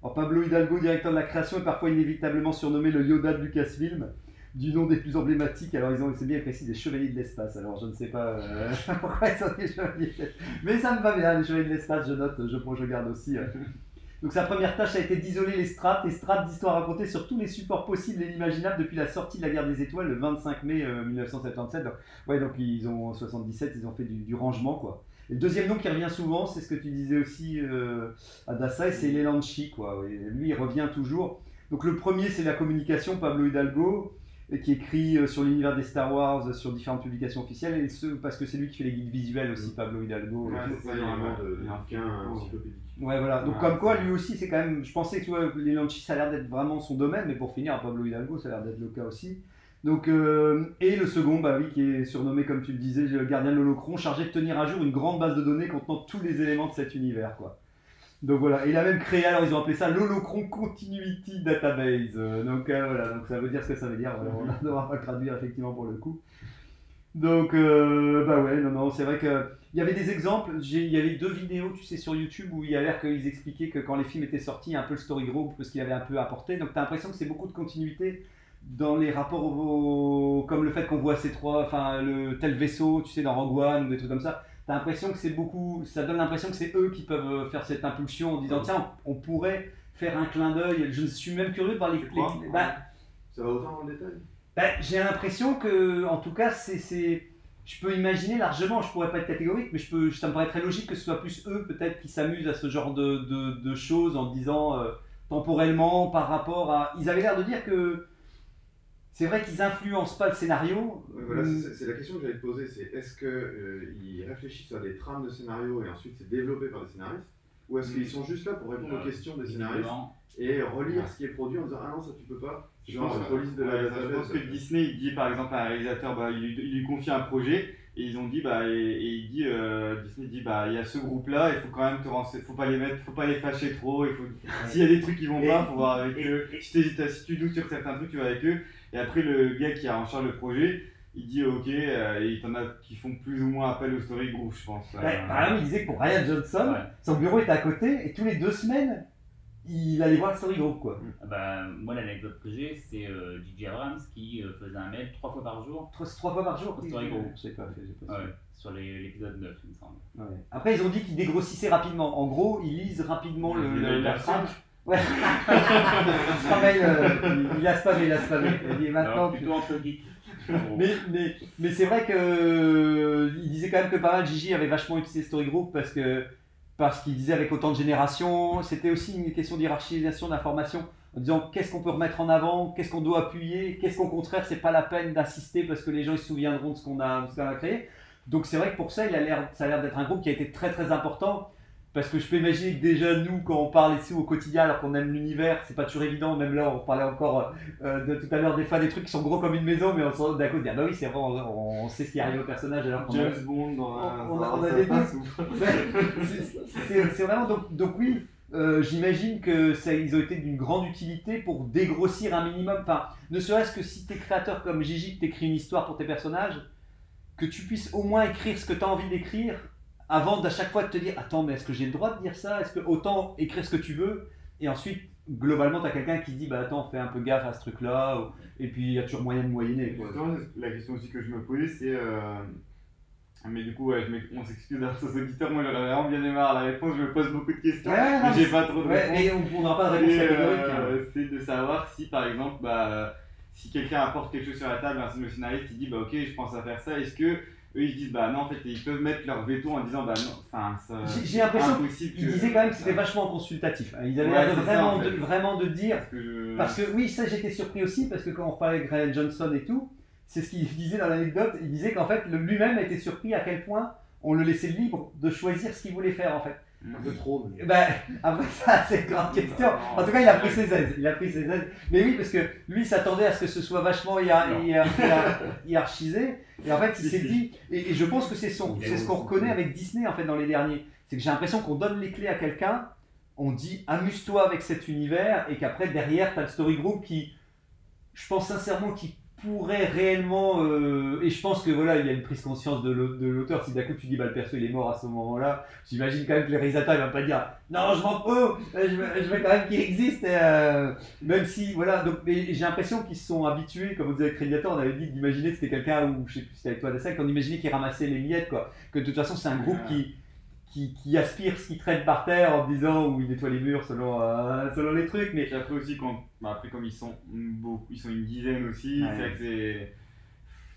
S1: Alors, Pablo Hidalgo, directeur de la création, est parfois inévitablement surnommé le Yoda de Lucasfilm, du nom des plus emblématiques. Alors, ils ont, c'est bien précis, des chevaliers de l'espace. Alors, je ne sais pas euh, [LAUGHS] pourquoi ils sont des chevaliers. Mais ça me va bien, les chevaliers de l'espace, je note, je prends, je garde aussi. euh. Donc, sa première tâche ça a été d'isoler les strates et strates d'histoire racontée sur tous les supports possibles et inimaginables depuis la sortie de la guerre des étoiles le 25 mai euh, 1977. Donc, ouais, donc ils ont, en 77, ils ont fait du, du rangement, quoi. Et le deuxième nom qui revient souvent, c'est ce que tu disais aussi, euh, à Dasai, c'est l'élan chi, quoi. Et lui, il revient toujours. Donc, le premier, c'est la communication, Pablo Hidalgo, et qui écrit euh, sur l'univers des Star Wars, euh, sur différentes publications officielles, et ce, parce que c'est lui qui fait les guides visuels aussi, Pablo Hidalgo.
S5: Ouais,
S1: Et tout.
S5: c'est ça, il y a vraiment de- des bouquins encyclopédiques.
S1: Ouais, voilà. Donc,
S5: Ouais,
S1: comme quoi,
S5: c'est-
S1: lui aussi, c'est quand même. Je pensais que tu vois, les Lanchis, ça a l'air d'être vraiment son domaine, mais pour finir, Pablo Hidalgo, ça a l'air d'être le cas aussi. Donc, euh, et le second, bah oui, qui est surnommé, comme tu le disais, le gardien de l'Holocron, chargé de tenir à jour une grande base de données contenant tous les éléments de cet univers, quoi. Donc voilà, et il a même créé, alors ils ont appelé ça l'Holocron Continuity Database. Euh, donc euh, voilà, donc ça veut dire ce que ça veut dire, voilà, [LAUGHS] on ne devra pas le traduire effectivement pour le coup. Donc, euh, bah ouais, non, non, c'est vrai que il y avait des exemples, j'ai- il y avait deux vidéos, tu sais, sur YouTube où il y a l'air qu'ils expliquaient que quand les films étaient sortis, un peu le story group, ce qu'il avait un peu apporté. Donc, tu as l'impression que c'est beaucoup de continuité dans les rapports au- comme le fait qu'on voit ces trois, enfin, le tel vaisseau, tu sais, dans Rogue One ou des trucs comme ça. Tu as l'impression que c'est beaucoup, ça donne l'impression que c'est eux qui peuvent euh, faire cette impulsion en disant,
S5: Ouais.
S1: tiens, on, on pourrait faire un clin d'œil. Je suis même curieux de voir les,
S5: Tu crois
S1: les- bah,
S5: Ça va autant dans le détail
S1: ben, j'ai l'impression que, en tout cas, c'est, c'est- je peux imaginer largement, je pourrais pas être catégorique, mais je peux, ça me paraît très logique que ce soit plus eux peut-être qui s'amusent à ce genre de, de- de choses en disant euh, temporellement par rapport à. Ils avaient l'air de dire que c'est vrai qu'ils influencent pas le scénario.
S5: Ouais, Euh, Voilà,
S1: mais-
S5: c'est- c'est c'est la question que j'allais te poser, c'est est-ce qu'ils réfléchissent à des trames de scénario et ensuite c'est développé par des scénaristes Ou est-ce
S1: Mm.
S5: qu'ils sont juste là pour répondre aux
S4: Euh,
S5: questions des scénaristes
S4: Visiblement,
S5: et relire ce qui est produit en disant Ah non, ça tu peux pas
S3: Je
S5: Genre,
S3: pense,
S5: la police de la-
S3: ouais,
S5: la-
S3: je
S5: la-
S3: pense que Disney il dit par exemple à un réalisateur, bah, il, lui- il lui confie un projet et ils ont dit bah et, et il dit euh, Disney dit bah il y a ce groupe là, il faut quand même te renseigner, faut pas les mettre, faut pas les fâcher trop, il faut s'il y a des trucs qui vont
S5: Et-
S3: pas, faut voir avec
S5: et-
S3: eux. Si, t'hésites à- si tu doutes sur certains trucs, tu vas avec eux. Et après le gars qui a en charge le projet, il dit ok, euh, et il t'en a qui font plus ou moins appel au story group, je pense.
S1: Bah, Ouais, par exemple, ils disaient que pour Ryan Johnson,
S4: ouais.
S1: son bureau était à côté et tous les deux semaines, il allait voir le story group, quoi.
S4: Ah Bah, moi, l'anecdote que j'ai, c'est euh, DJ Abrams qui euh, faisait un mail trois fois par jour
S1: Trois, trois fois par jour
S4: Au story group.
S1: Je sais pas, j'ai pas
S4: ouais, sur les- l'épisode 9, il me semble.
S1: su. Ouais. Après, ils ont dit qu'ils dégrossissaient rapidement. En gros, ils lisent rapidement le,
S3: Il y en a
S1: le- la
S3: cinq.
S1: craque.
S3: [LAUGHS]
S1: Ouais. Pareil, euh, il, il a spammé, il a spammé. Il est maintenant.
S4: Alors, plutôt entre
S1: [LAUGHS]
S4: geeks. en gros.
S1: Mais, mais, mais c'est vrai que euh, il disait quand même que pas mal Gigi avait vachement utilisé Story Group parce que parce qu'il disait avec autant de générations, c'était aussi une question d'hierarchisation d'information en disant qu'est-ce qu'on peut remettre en avant, qu'est-ce qu'on doit appuyer, qu'est-ce qu'au contraire c'est pas la peine d'assister parce que les gens ils se souviendront de ce qu'on a, de ce qu'on a créé. Donc c'est vrai que pour ça, il a l'air, ça a l'air d'être un groupe qui a été très très important parce que je peux imaginer que déjà nous, quand on parle ici au quotidien alors qu'on aime l'univers, c'est pas toujours évident. Même là, on parlait encore euh, euh, de tout à l'heure des fois des trucs qui sont gros comme une maison, mais on s'en rend d'un coup de dire bah oui, c'est vrai, on, on sait ce qui arrive au personnage alors qu'on
S3: James Bond dans un.
S1: On- on a-
S3: dans
S1: on a
S3: un
S1: des
S3: passe ou-
S1: Ouais, [LAUGHS] c'est- c'est c'est vraiment donc, donc oui euh, j'imagine que ça ils ont été d'une grande utilité pour dégrossir un minimum enfin ne serait-ce que si t'es créateur comme Gigi que t'écris une histoire pour tes personnages que tu puisses au moins écrire ce que t'as envie d'écrire avant d'à chaque fois de te dire attends mais est-ce que j'ai le droit de dire ça est-ce que autant écrire ce que tu veux et ensuite globalement t'as quelqu'un qui se dit bah attends fais un peu gaffe à ce truc là et puis il y a toujours moyen de moyenner quoi.
S3: Justement, la question aussi que je me posais, c'est. euh, Mais du coup, ouais, je m'ex- on s'excuse à aux auditeurs, moi j'aurais vraiment bien aimé avoir la réponse, je me pose beaucoup de questions.
S1: Ouais, ouais, non,
S3: mais j'ai pas trop de réponses.
S1: Ouais, et on on n'aura pas de réponse
S3: C'est,
S1: catégorique hein.
S3: euh, c'est de savoir si, par exemple, bah, si quelqu'un apporte quelque chose sur la table, un le scénariste qui dit bah, Ok, je pense à faire ça, est-ce que eux ils disent Bah non, en fait, ils peuvent mettre leur veto en disant Bah non, enfin, ça-
S1: J'ai- j'ai
S3: c'est
S1: l'impression
S3: impossible
S1: Ils
S3: que-
S1: disaient quand même que c'était vachement consultatif. hein. Ils avaient
S3: Ouais,
S1: l'air de
S3: c'est ça,
S1: vraiment,
S3: en fait. Euh,
S1: de vraiment de dire.
S3: Parce que je-
S1: Parce que oui, ça j'étais surpris aussi, parce que quand on parlait de Ryan Johnson et tout, c'est ce qu'il [LAUGHS] disait dans l'anecdote. Il disait qu'en fait, le- lui-même était surpris à quel point on le laissait libre de choisir ce qu'il voulait faire en fait.
S5: Un peu trop, mais.
S1: Et Ben, [LAUGHS] après ça, c'est une grande question. En tout cas, il a pris ses aides. Il a pris ses aides. Mais oui, parce que lui, il s'attendait à ce que ce soit vachement hiér-
S4: Non.
S1: hiér- hiér- hiérarchisé. Et en fait, il
S3: Si,
S1: s'est
S3: si.
S1: dit, et, et je pense que c'est son,
S4: Il est
S1: c'est ce qu'on
S3: aussi.
S1: reconnaît avec Disney en fait dans les derniers. C'est que j'ai l'impression qu'on donne les clés à quelqu'un, on dit amuse-toi avec cet univers, et qu'après derrière, t'as le story group qui, je pense sincèrement, qui pourrait réellement, euh, et je pense que voilà, il y a une prise conscience de l'au- de l'auteur. Si d'un coup tu dis bah le perso il est mort à ce moment-là, J'imagine quand même que les réalisateurs ils vont pas dire non je m'en fous, je veux, je veux quand même qu'il existe, et, euh, même si voilà donc mais j'ai l'impression qu'ils se sont habitués comme on disait avec Predator, on avait dit d'imaginer que c'était quelqu'un ou je sais plus si c'était avec toi Dassa, qu'on imaginait qu'il ramassait les miettes quoi, que de toute façon c'est un groupe
S3: Ah.
S1: qui qui, qui aspire ce qu'il traîne par terre en disant ou il nettoie les murs selon euh, selon les trucs mais
S3: Et puis après aussi, quand, bah, après comme ils sont beaucoup, ils sont une dizaine aussi,
S1: Ouais.
S3: c'est vrai que c'est...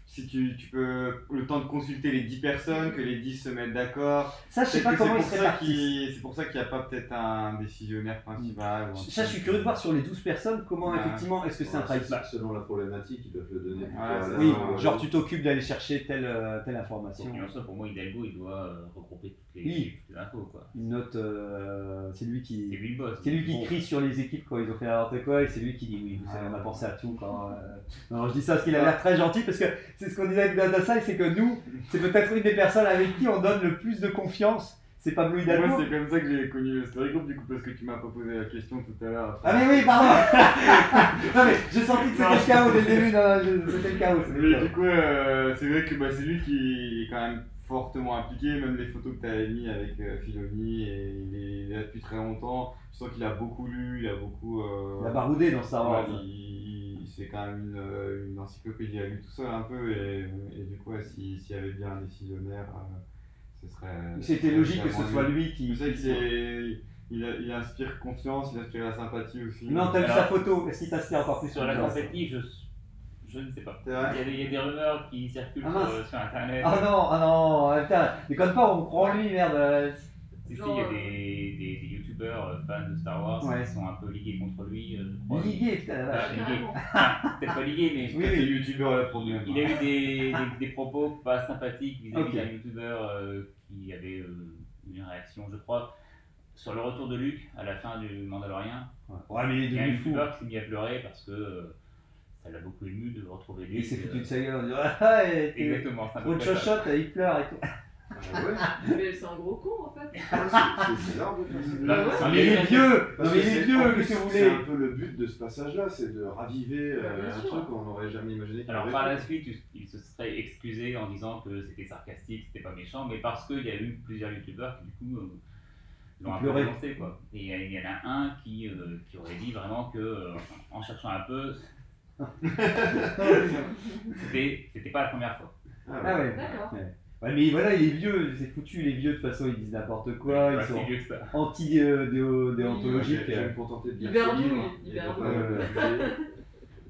S3: Si tu, tu peux... Le temps de consulter les 10 personnes, que les 10 se mettent d'accord.
S1: ça Ah, je sais
S3: Peut-être
S1: pas
S3: que C'est
S1: comment ils
S3: pour,
S1: se
S3: ça
S1: répartissent.
S3: qu'il- c'est pour ça qu'il n'y a pas peut-être un décisionnaire principal. ou un
S1: Ça je suis
S3: truc.
S1: curieux de voir sur les 12 personnes comment
S3: Ah. Ouais.
S1: effectivement est-ce que c'est un travail
S5: Bah, selon la problématique, ils peuvent le donner. plutôt
S3: Ouais,
S5: à
S3: c'est
S5: la-
S3: ça.
S1: Oui,
S5: euh,
S1: genre tu t'occupes d'aller chercher telle euh, telle information.
S4: Et en soi, pour moi, Hidalgo, il doit euh, regrouper toutes les,
S1: Oui.
S4: toutes les infos, quoi.
S1: Il note, euh, c'est lui
S4: C'est
S1: qui,
S4: lui le boss.
S1: c'est lui qui
S4: Bon.
S1: crie sur les équipes quand ils ont fait n'importe quoi et c'est lui qui dit oui, vous savez, on a pensé à tout quand. euh. Non, je dis ça parce qu'il a l'air très gentil parce que c'est ce qu'on disait avec Dadasai, c'est que nous, c'est peut-être une des personnes avec qui on donne le plus de confiance. C'est Pablo Hidalgo.
S3: Moi, c'est comme ça que j'ai connu le story group, du coup, parce que tu m'as pas posé la question tout à l'heure.
S1: ah mais oui, pardon. non mais j'ai senti que c'était le chaos dès le début. non, non, je- C'était le chaos. c'était le
S3: Mais
S1: chaos.
S3: du coup, euh, c'est vrai que bah, c'est lui qui est quand même fortement impliqué, même les photos que tu avais mis avec euh, Filoni, et il est, il est là depuis très longtemps. Je sens qu'il a beaucoup lu, il a beaucoup. euh,
S1: Il a baroudé dans Star Wars.
S3: ouais, il- il- c'est quand même une, euh, une encyclopédie à lui tout seul un peu, et, euh, et du coup, ouais, si- s'il y avait bien un décisionnaire, euh, ce serait.
S1: C'était
S3: serait
S1: logique que ce
S3: clairement
S1: soit lui qui.
S3: Je sais que c'est. Il, a- il inspire confiance, il inspire la sympathie aussi.
S1: Non, t'as vu
S4: Alors-
S1: sa photo. Est-ce qu'il t'inspire encore plus
S4: Sur la
S1: confiance
S4: confetti, je, je ne sais pas. Il
S3: C'est
S4: y,
S3: vrai
S4: a des- il y a des rumeurs qui circulent
S1: Ah,
S4: sur,
S1: mince.
S4: euh, sur Internet.
S1: Ah non, ah non, putain, déconne pas, on croit en lui, merde.
S4: Si, si,
S2: Genre,
S4: il y a
S2: euh,
S4: des, des, des youtubeurs euh, fans de Star Wars
S1: Ouais.
S4: qui sont un peu ligués contre lui, euh, je crois.
S1: Ligué, putain, la vache.
S4: Ah, ligués.
S2: Carrément.
S4: Enfin, Peut-être pas ligués, mais
S1: Ah. Oui,
S3: Toi, t'es
S1: oui.
S3: youtubeur le problème.
S4: il a eu
S1: [LAUGHS]
S4: des, des, des propos pas sympathiques vis-à-vis
S1: Ok.
S4: d'un youtubeur euh, qui avait euh, une réaction, je crois, sur le retour de Luke à la fin du Mandalorian.
S1: Ouais, mais
S4: Il y a un youtubeur qui s'est mis à pleurer parce que euh, ça l'a beaucoup ému de retrouver Luke.
S1: Il s'est foutu
S4: euh,
S1: de sa gueule en disant Ah, ouais, t'es
S4: Exactement, c'est un peu
S1: trop de
S4: près ça.
S1: chochotte, il pleure et tout.
S5: Ah ouais,
S2: Mais c'est un gros con en
S1: [LAUGHS]
S2: fait.
S5: c'est- c'est bizarre de faire ça.
S4: Bah,
S2: Ouais.
S4: c'est un
S1: Mais il est
S4: mec-
S1: vieux Non,
S5: Parce
S1: mais
S5: que
S1: il est
S5: c'est-
S1: vieux,
S5: en
S1: qu'est-ce
S5: plus,
S1: que vous
S5: C'est
S1: voulez
S5: un peu le but de ce passage-là, c'est de raviver euh,
S2: Bah, bien
S5: un
S2: sûr.
S5: truc qu'on n'aurait jamais imaginé. qu'il
S4: Alors
S5: aurait
S4: par
S5: fait.
S4: la suite, il- il se serait excusé en disant que c'était sarcastique, c'était pas méchant, mais parce qu'il y a eu plusieurs youtubeurs qui du coup euh, l'ont un peu
S1: pleurait.
S4: dénoncé, quoi. Et euh, il y en a un qui, euh, qui aurait dit vraiment que, euh, en cherchant un peu, c'était c'était pas la première fois.
S1: Ah ouais.
S2: D'accord.
S1: Ouais, mais voilà, il est vieux, c'est foutu, les vieux de toute façon, ils disent n'importe quoi,
S4: Pas
S1: ils
S4: si
S1: sont euh,
S4: vieux que ça.
S1: anti-déontologiques.
S5: Je vais me contenter de lire
S2: Hibernons,
S5: ce livre.
S2: oui,
S5: et euh, de
S2: hibernons.
S5: pas me juger.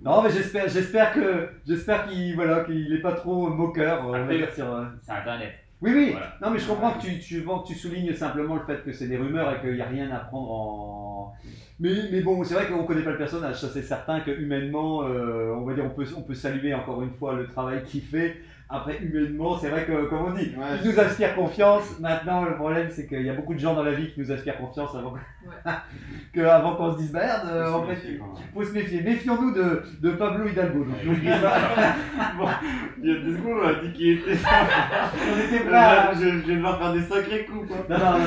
S1: Non, mais j'espère, j'espère que, j'espère qu'il, voilà, qu'il est pas trop moqueur. euh, on va dire, sur, euh,
S4: C'est Internet.
S1: Oui, oui.
S4: Voilà.
S1: Non, mais je comprends que
S4: [LAUGHS]
S1: tu, tu, bon, que tu soulignes simplement le fait que c'est des rumeurs et qu'il n'y a rien à prendre en. Mais, mais bon, c'est vrai qu'on ne connaît pas le personnage, ça c'est certain que humainement, euh, on va dire, on peut, on peut saluer encore une fois le travail qu'il fait. Après, humainement, c'est vrai que, comme on dit,
S5: Ouais,
S1: il nous inspire confiance. Maintenant, le problème, c'est qu'il y a beaucoup de gens dans la vie qui nous inspirent confiance avant, [LAUGHS] que, avant qu'on se dise merde. euh, en fait,
S5: c'est- c'est-
S1: faut se méfier. Méfions-nous de, de Pablo Hidalgo. donc,
S4: Ouais.
S1: n'oubliez
S3: [LAUGHS]
S1: pas.
S3: Il y a deux secondes, on a dit qu'il
S1: [LAUGHS]
S3: était.
S1: on
S3: [LAUGHS]
S1: était pas.
S3: Là, je, je vais devoir faire des sacrés coups, quoi.
S1: Non, non, non, non.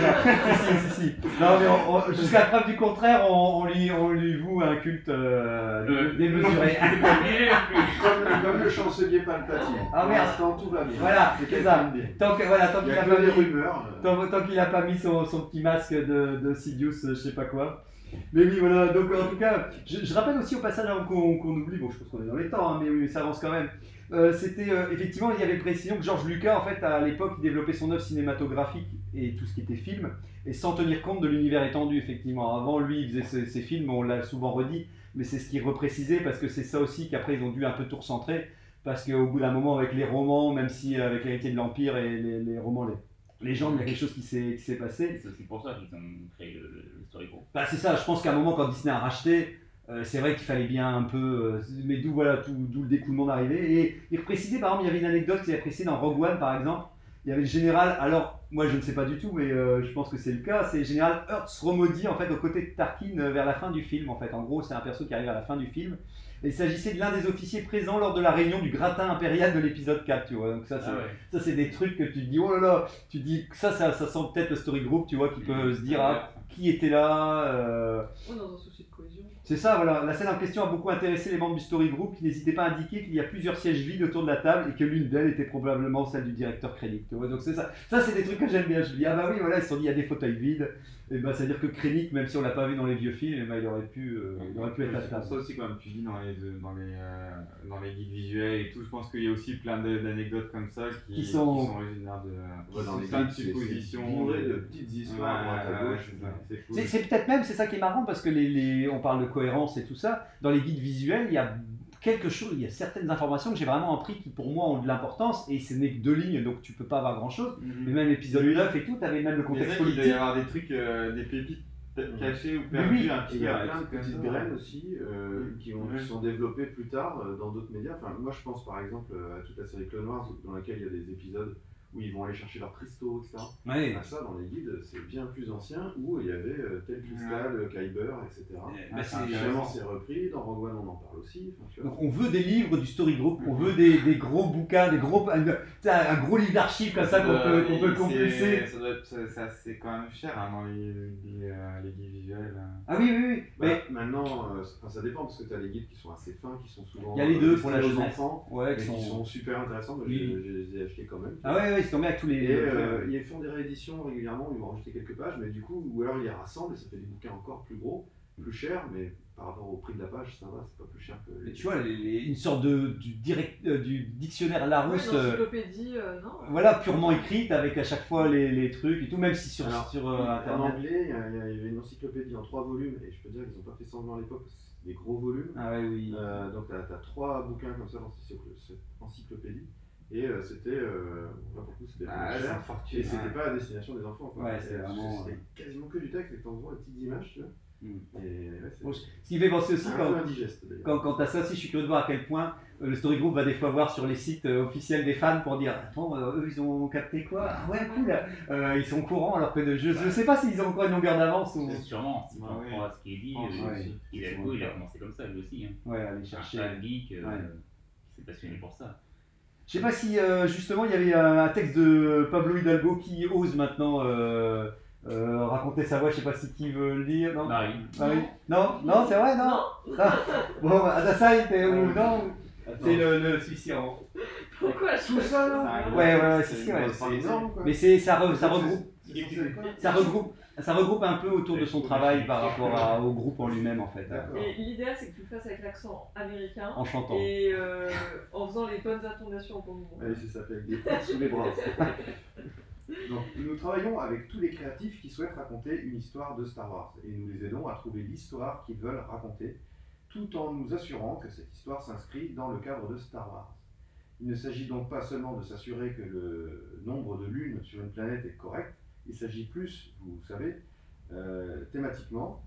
S1: si, si, si, si. Non, mais on- on- jusqu'à preuve du contraire, on, on lui, on lui voue un culte euh, dé-
S4: Euh,
S1: démesuré.
S4: C'est pas obligé non plus.
S5: Comme, le- comme le [LAUGHS] chancelier Palpatine.
S1: Ah,
S5: Pour
S1: merde.
S5: l'instant, tout va bien.
S1: [LAUGHS] Voilà,
S5: c'est
S1: c'est
S5: quelqu'un
S1: ça.
S5: de bien.
S1: Tant que- voilà, tant
S5: Il y
S1: qu'il
S5: a
S1: n'a
S5: que
S1: pas,
S5: des
S1: mis-
S5: rumeurs. euh,
S1: tant- tant qu'il a pas mis son, son petit masque de, de Sidious, euh, je sais pas quoi. Mais oui, voilà, donc en tout cas, je, je rappelle aussi au passage avant qu'on qu'on oublie, bon, je pense qu'on est dans les temps, hein, mais oui, ça avance quand même. Euh, C'était euh, effectivement, il y avait précision que Georges Lucas, en fait, à l'époque, il développait son œuvre cinématographique et tout ce qui était film. et sans tenir compte de l'univers étendu, effectivement. Avant, lui, il faisait ses, ses films, on l'a souvent redit, mais c'est ce qu'il reprécisait parce que c'est ça aussi qu'après ils ont dû un peu tout recentrer. Parce qu'au bout d'un moment, avec les romans, même si euh, avec l'héritier de l'Empire et les, les romans, les légendes, il y a quelque chose qui s'est qui s'est passé.
S4: C'est aussi pour ça qu'ils ont créé le, le- le story group.
S1: Bah, c'est ça, je pense qu'à un moment, quand Disney a racheté, euh, c'est vrai qu'il fallait bien un peu. euh, mais d'où voilà, tout- d'où le découlement d'arriver. Et il précisait, par exemple, il y avait une anecdote qu'il a précisée dans Rogue One, par exemple. Il y avait le général, alors moi je ne sais pas du tout, mais euh, je pense que c'est le cas, c'est le général Hertz Romodi en fait aux côtés de Tarkin euh, vers la fin du film. En fait, en gros, c'est un perso qui arrive à la fin du film. Et il s'agissait de l'un des officiers présents lors de la réunion du gratin impérial de l'épisode 4, tu vois. Donc ça, c'est
S4: Ah ouais.
S1: ça, c'est des trucs que tu te dis, oh là là, tu te dis, ça, ça, ça sent peut-être le story group, tu vois, qui peut se dire, ah, qui était là euh,
S2: On est dans un souci de cohésion.
S1: C'est ça, voilà. La scène en question a beaucoup intéressé les membres du story group qui n'hésitaient pas à indiquer qu'il y a plusieurs sièges vides autour de la table et que l'une d'elles était probablement celle du directeur Krennic, tu vois. Donc c'est ça. Ça, c'est des trucs que j'aime bien. Je me dis, ah bah oui, voilà, ils se sont dit, il y a des fauteuils vides. Et ben, c'est-à-dire que Krennic, même si on l'a pas vu dans les vieux films, eh ben, il aurait pu, euh, il aurait pu être à
S3: C'est pour ça
S1: table.
S3: aussi, comme tu dis, dans les, dans, les, euh, dans les guides visuels et tout, je pense qu'il y a aussi plein de- d'anecdotes comme ça qui,
S1: Qui sont-
S3: originaires de.
S5: Voilà,
S3: qui
S5: dans
S3: sont
S5: les
S3: plein de
S5: guides, c'est- c'est
S3: suppositions.
S5: bourré
S3: de-
S5: de petites histoires à droite à
S3: Ouais,
S5: gauche.
S3: c'est ça, c'est cool.
S1: C'est, c'est peut-être même, c'est ça qui est marrant, parce que les, les- on parle de cohérence et tout ça. Dans les guides visuels, il y a quelque chose, il y a certaines informations que j'ai vraiment appris qui pour moi ont de l'importance, et ce n'est que deux lignes, donc tu peux pas avoir grand-chose. Mais
S3: Mhm.
S1: même l'épisode 9 et tout, t'avais même le
S3: Mais
S1: contexte
S3: c'est vrai qu'il doit y
S1: politique.
S3: avoir des trucs, euh, des pépites cachées ou
S1: Mais
S3: perdues
S1: oui,
S3: un
S5: Et
S3: petit
S5: il y
S3: peu
S5: a
S3: à
S5: plein de
S3: comme
S5: petites
S3: ça.
S5: graines aussi euh, qui, ont-
S3: Ouais.
S5: qui sont développées plus tard euh, dans d'autres médias. Enfin, moi, je pense par exemple euh, à toute la série Clone Wars dans laquelle il y a des épisodes où ils vont aller chercher leurs cristaux, etc.
S1: Ouais.
S5: Ah, ça, dans les guides, c'est bien plus ancien où il y avait euh, tel cristal, euh, Kyber, etc.
S1: Bah,
S5: Ah,
S1: c'est-
S5: Finalement, c'est repris. Dans Rogue One, on en parle aussi. Enfin, tu vois.
S1: Donc on veut des livres du story group, on veut des, des gros bouquins, des gros, un, un gros livre d'archives comme ça qu'on peut, qu'on peut
S3: Euh,
S1: compulser.
S3: c'est- Ça doit être, ça, ça- c'est quand même cher hein, dans les, les, euh, les guides visuels. hein.
S1: Ah oui, oui, oui.
S5: Bah,
S1: Mais,
S5: Maintenant, euh, enfin, ça dépend parce que tu as les guides qui sont assez fins, qui sont souvent.
S1: Il y a les deux pour la
S5: destinés aux
S1: jeunesse.
S5: enfants,
S1: ouais,
S5: mais
S1: qui
S5: qui
S1: sont-
S5: sont super intéressants. Moi, je-
S1: Oui.
S5: je les ai achetés quand même.
S1: Ah ouais, ouais, ils sont tombés avec tous les.
S5: Et euh, ils font des rééditions régulièrement, ils vont rajouter quelques pages, mais du coup, ou alors ils les rassemblent et ça fait des bouquins encore plus gros, plus chers, mais par rapport au prix de la page, ça va, c'est pas plus cher que.
S1: Mais tu vois, les- les- une sorte de, du, direct, euh, du dictionnaire Larousse,
S2: Oui,
S1: euh,
S2: l'encyclopédie, euh, non
S1: voilà, purement écrite, avec à chaque fois les, les trucs et tout, même si sur,
S5: Alors,
S1: sur euh,
S5: en
S1: Internet.
S5: anglais, il y, a- il y a- il y avait une encyclopédie en trois volumes, et je peux dire qu'ils n'ont pas fait semblant à l'époque, parce que c'est des gros volumes.
S1: Ah ouais, oui.
S5: Euh, donc t'as as trois bouquins comme ça dans cette cette encyclopédie, et euh, c'était. euh, là, pour le coup, c'était vraiment
S3: Ah, c'est
S5: cher.
S3: une fortune.
S5: Et c'était
S3: hein.
S5: pas à destination des enfants. quoi.
S1: Ouais, c'est
S5: Et, euh,
S1: vraiment,
S5: C'était quasiment que du texte, et t'en vois les petites images, tu vois.
S1: Mm.
S5: Et ouais, c'est-
S1: Bon, Ce qui me fait penser aussi
S5: c'est un
S1: quand,
S5: peu indigeste d'ailleurs.
S1: Quand, quant à ça aussi, je suis curieux de voir à quel point euh, le story group va des fois voir sur les sites euh, officiels des fans pour dire Attends, euh, eux ils ont capté quoi Ah ouais, cool Euh, Ils sont courants alors que de- je ne sais pas s'ils ont encore une longueur d'avance ou.
S4: C'est sûrement, si on
S3: Ouais.
S4: croit à ce qui est dit,
S3: Je pense
S4: euh,
S1: ouais.
S3: aussi.
S4: Hidalgo, il a commencé comme ça lui aussi. Hein.
S1: Ouais, aller chercher.
S4: Chercher un fan geek euh,
S1: Ouais.
S4: qui s'est passionné pour ça.
S1: Je sais pas si euh, justement il y avait euh, un texte de Pablo Hidalgo qui ose maintenant euh, euh, raconter sa voix, je sais pas si qui veut le lire. Non,
S4: Marie,
S1: Ah oui. non, non Ah. c'est vrai, non, Bon, bah, ça, il était. ou- non, ou-
S5: Attends,
S1: C'est le, le suicide.
S2: Pourquoi je
S5: Tout ça, là
S2: Ah,
S1: Ouais, ouais, ouais,
S5: c'est
S1: si,
S5: une
S1: ouais,
S5: grosse
S1: c'est-
S5: part énorme, quoi.
S1: Mais c'est, ça, re- ça
S5: C'est-
S1: regroupe.
S5: c'est- c'est censé être quoi
S1: Ça regroupe, ça regroupe un peu autour de son travail par rapport à- au groupe en lui-même en fait, euh,
S5: D'accord.
S2: Et l'idéal, c'est que tu le fasses avec l'accent américain
S1: en chantant.
S2: et euh, en faisant les bonnes intonations au bon moment.
S5: Ouais, c'est ça, fait avec des coudes sous les bras. Donc, nous travaillons avec tous les créatifs qui souhaitent raconter une histoire de Star Wars et nous les aidons à trouver l'histoire qu'ils veulent raconter tout en nous assurant que cette histoire s'inscrit dans le cadre de Star Wars. Il ne s'agit donc pas seulement de s'assurer que le nombre de lunes sur une planète est correct, il s'agit plus, vous savez, euh, thématiquement,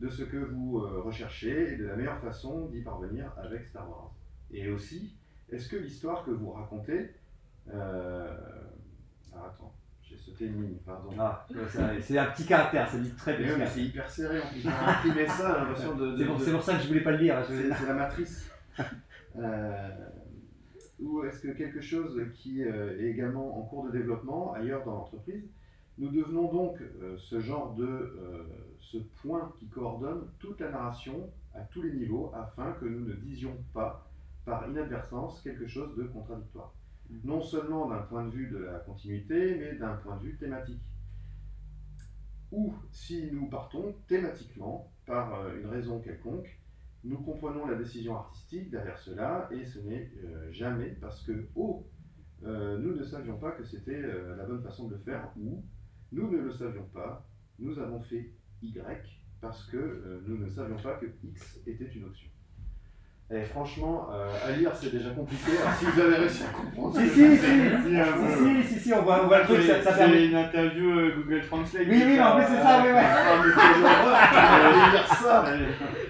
S5: de ce que vous euh, recherchez et de la meilleure façon d'y parvenir avec Star Wars. Et aussi, est-ce que l'histoire que vous racontez. euh, Ah, attends, j'ai sauté une ligne, pardon.
S1: Ah, ça, c'est un petit caractère, ça dit très
S5: Mais
S1: petit
S5: ouais, mais
S1: caractère.
S5: c'est hyper serré en plus. J'ai imprimé ça, j'ai l'impression hein, de. de-
S1: C'est pour,
S5: de-
S1: c'est pour ça que je voulais pas le dire. hein, je-
S5: c'est c'est la matrice. [LAUGHS] Euh, ou est-ce que quelque chose qui euh, est également en cours de développement ailleurs dans l'entreprise, nous devenons donc euh, ce genre de euh, ce point qui coordonne toute la narration à tous les niveaux afin que nous ne disions pas par inadvertance quelque chose de contradictoire.
S1: Mm.
S5: Non seulement d'un point de vue de la continuité, mais d'un point de vue thématique ou si nous partons thématiquement par euh, une raison quelconque, nous comprenons la décision artistique derrière cela et ce n'est euh, jamais parce que oh, euh, nous ne savions pas que c'était euh, la bonne façon de le faire ou nous ne le savions pas, nous avons fait Y parce que euh, nous ne savions pas que X était une option. Et franchement, euh, à lire c'est déjà compliqué. Alors, si vous avez réussi à comprendre,
S1: Si, si, si,
S5: c'est- c'est-
S1: si, si, si, si, on voit, on voit le truc, ça,
S3: C'est
S1: ça
S3: c'est
S1: permet.
S3: une interview euh, Google Translate.
S1: Oui, oui, mais en plus, c'est ça, oui, ouais.
S5: Ah, mais
S1: [LAUGHS]
S5: quelle horreur, vous allez lire ça.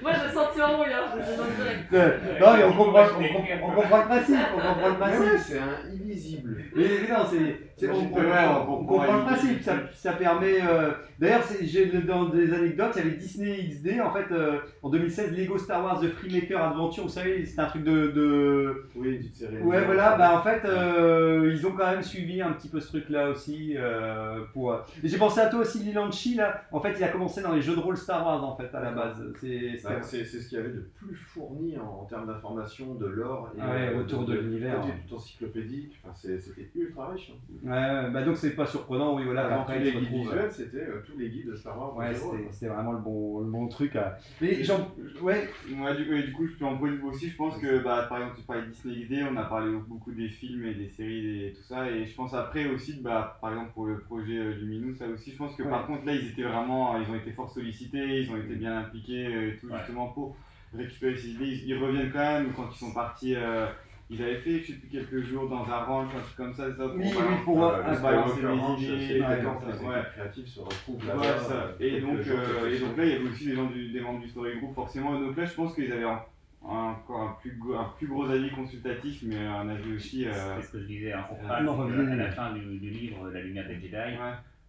S2: Moi, j'ai senti un brouillard, hein, je le demande direct.
S1: Euh, Non, mais on comprend, on, comprend- on comprend le principe, on comprend le
S5: Mais ouais,
S1: principe.
S5: c'est un illisible.
S1: Mais non, c'est, c'est- on,
S5: Imagine
S1: comprend-
S5: de l'air,
S1: on
S5: on comprend
S1: comprend le
S5: une-
S1: principe, ça, ça permet. euh, D'ailleurs, c'est- j'ai dans des anecdotes, il y avait Disney XD, en fait, euh, en 2016, Lego Star Wars The Freemaker Adventure, vous savez, c'est un truc de- de
S5: Oui, une petite série.
S1: Ouais, voilà, bah en fait, euh, ils ont quand même suivi un petit peu ce truc-là aussi. euh, pour... euh, et J'ai pensé à toi aussi, Lilan Chi, là. En fait, il a commencé dans les jeux de rôle Star Wars, en fait, à la base. C'est c'est-
S5: Bah, c'est c'est ce qu'il y avait de plus fourni en, en termes d'informations, de lore et
S1: Ah ouais,
S5: euh,
S1: autour de l'univers.
S5: côté tout encyclopédique. Enfin, c'est- c'était ultra riche. hein.
S1: Ouais, ouais, bah donc c'est pas surprenant, oui, voilà.
S5: Avant
S1: après,
S5: tous
S1: ils
S5: les
S1: se
S5: guides
S1: retrouvent,
S5: visuels, c'était euh, tous les guides de Star Wars.
S1: euh, Ouais,
S5: de zéro,
S1: c'était-
S5: quoi.
S1: c'était vraiment le bon, le bon truc. euh. Mais genre, ouais,
S3: Moi, du, ouais, du coup, je suis en point de vue aussi. Je pense que, bah, par exemple, tu parlais de Disney XD, on a parlé beaucoup des films et des séries et tout ça. Et je pense après aussi, bah, par exemple, pour le projet euh, Luminous, ça aussi, je pense que par contre, là, ils étaient vraiment, euh, ils ont été fort sollicités, ils ont
S1: Mm.
S3: été bien impliqués euh, et tout,
S4: Ouais.
S3: justement, pour récupérer ces idées. Ils, ils reviennent quand même quand ils sont partis. euh, ils avaient fait, je sais plus, quelques jours dans un ranch, un truc comme ça, ça pour
S1: Oui,
S3: balancer-
S1: oui, pour, euh,
S5: Ah, bah, le
S3: se balancer
S5: Skywalker Ranch,
S3: les idées,
S5: c'est
S3: les
S5: ouais,
S3: vacances,
S5: quand les
S3: ouais.
S5: équipes créatives se retrouvent
S3: Ouais,
S5: là-bas.
S3: ça.
S5: euh,
S3: Et, donc,
S5: quelques jours,
S3: euh,
S5: quelques
S3: et donc
S5: semaines.
S3: là, il y avait aussi des, gens du, des membres du Story Group, forcément. Et donc là, je pense qu'ils avaient un- un- encore un plus, go- un plus gros avis consultatif, mais un avis aussi. euh,
S4: C'est ce que je disais, hein,
S3: euh,
S4: on passe,
S1: non,
S4: euh, à
S1: revenez.
S4: la fin du, du livre euh, La lumière des Jedi.
S3: ouais.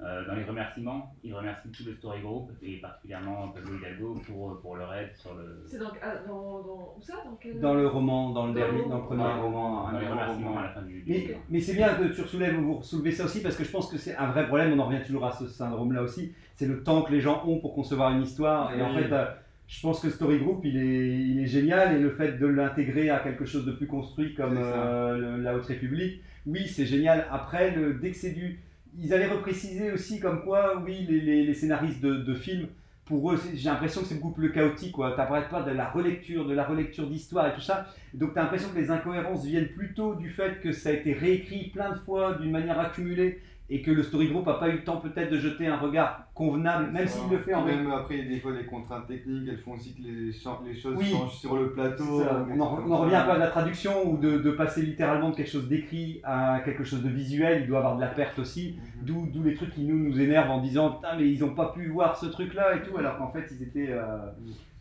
S4: Euh, dans les remerciements, il remercie tout le Story Group et particulièrement Pablo Hidalgo pour, pour leur aide sur le.
S2: C'est donc ah, dans, dans. Où ça Dans quel.
S1: dans le roman, dans le dernier, dans le premier
S4: Ouais,
S1: roman.
S3: Ah,
S4: Dans
S1: un
S4: les
S1: grand
S4: remerciements
S1: roman.
S4: à la fin du, du
S1: Mais,
S4: livre.
S1: mais c'est bien que tu soulèves, vous soulevez ça aussi parce que je pense que c'est un vrai problème. On en revient toujours à ce syndrome-là aussi. C'est le temps que les gens ont pour concevoir une histoire. Et en
S3: Oui.
S1: fait, euh, je pense que Story Group, il est, il est génial et le fait de l'intégrer à quelque chose de plus construit comme
S3: C'est ça.
S1: euh, le- la Haute République, oui, c'est génial. Après, le, dès que c'est du, ils avaient reprécisé aussi comme quoi, oui, les, les- les scénaristes de, de films. Pour eux, c'est- j'ai l'impression que c'est beaucoup plus chaotique. Tu n'arrêtes pas de la relecture, de la relecture d'histoire et tout ça. Donc tu as l'impression que les incohérences viennent plutôt du fait que ça a été réécrit plein de fois d'une manière accumulée et que le story group n'a pas eu le temps peut-être de jeter un regard convenable, Ah, même s'il le fait en
S3: Même après, il y a des fois, les contraintes techniques, elles font aussi que les, cha- les choses
S1: Oui.
S3: changent sur le plateau.
S1: Ça,
S3: donc,
S1: On en- on n'en revient pas à la traduction ou de, de passer littéralement de quelque chose d'écrit à quelque chose de visuel, il doit avoir de la perte aussi,
S3: Mhm.
S1: d'où d'où les trucs qui nous, nous énervent en disant putain mais ils n'ont pas pu voir ce truc là et tout, alors qu'en fait ils étaient euh,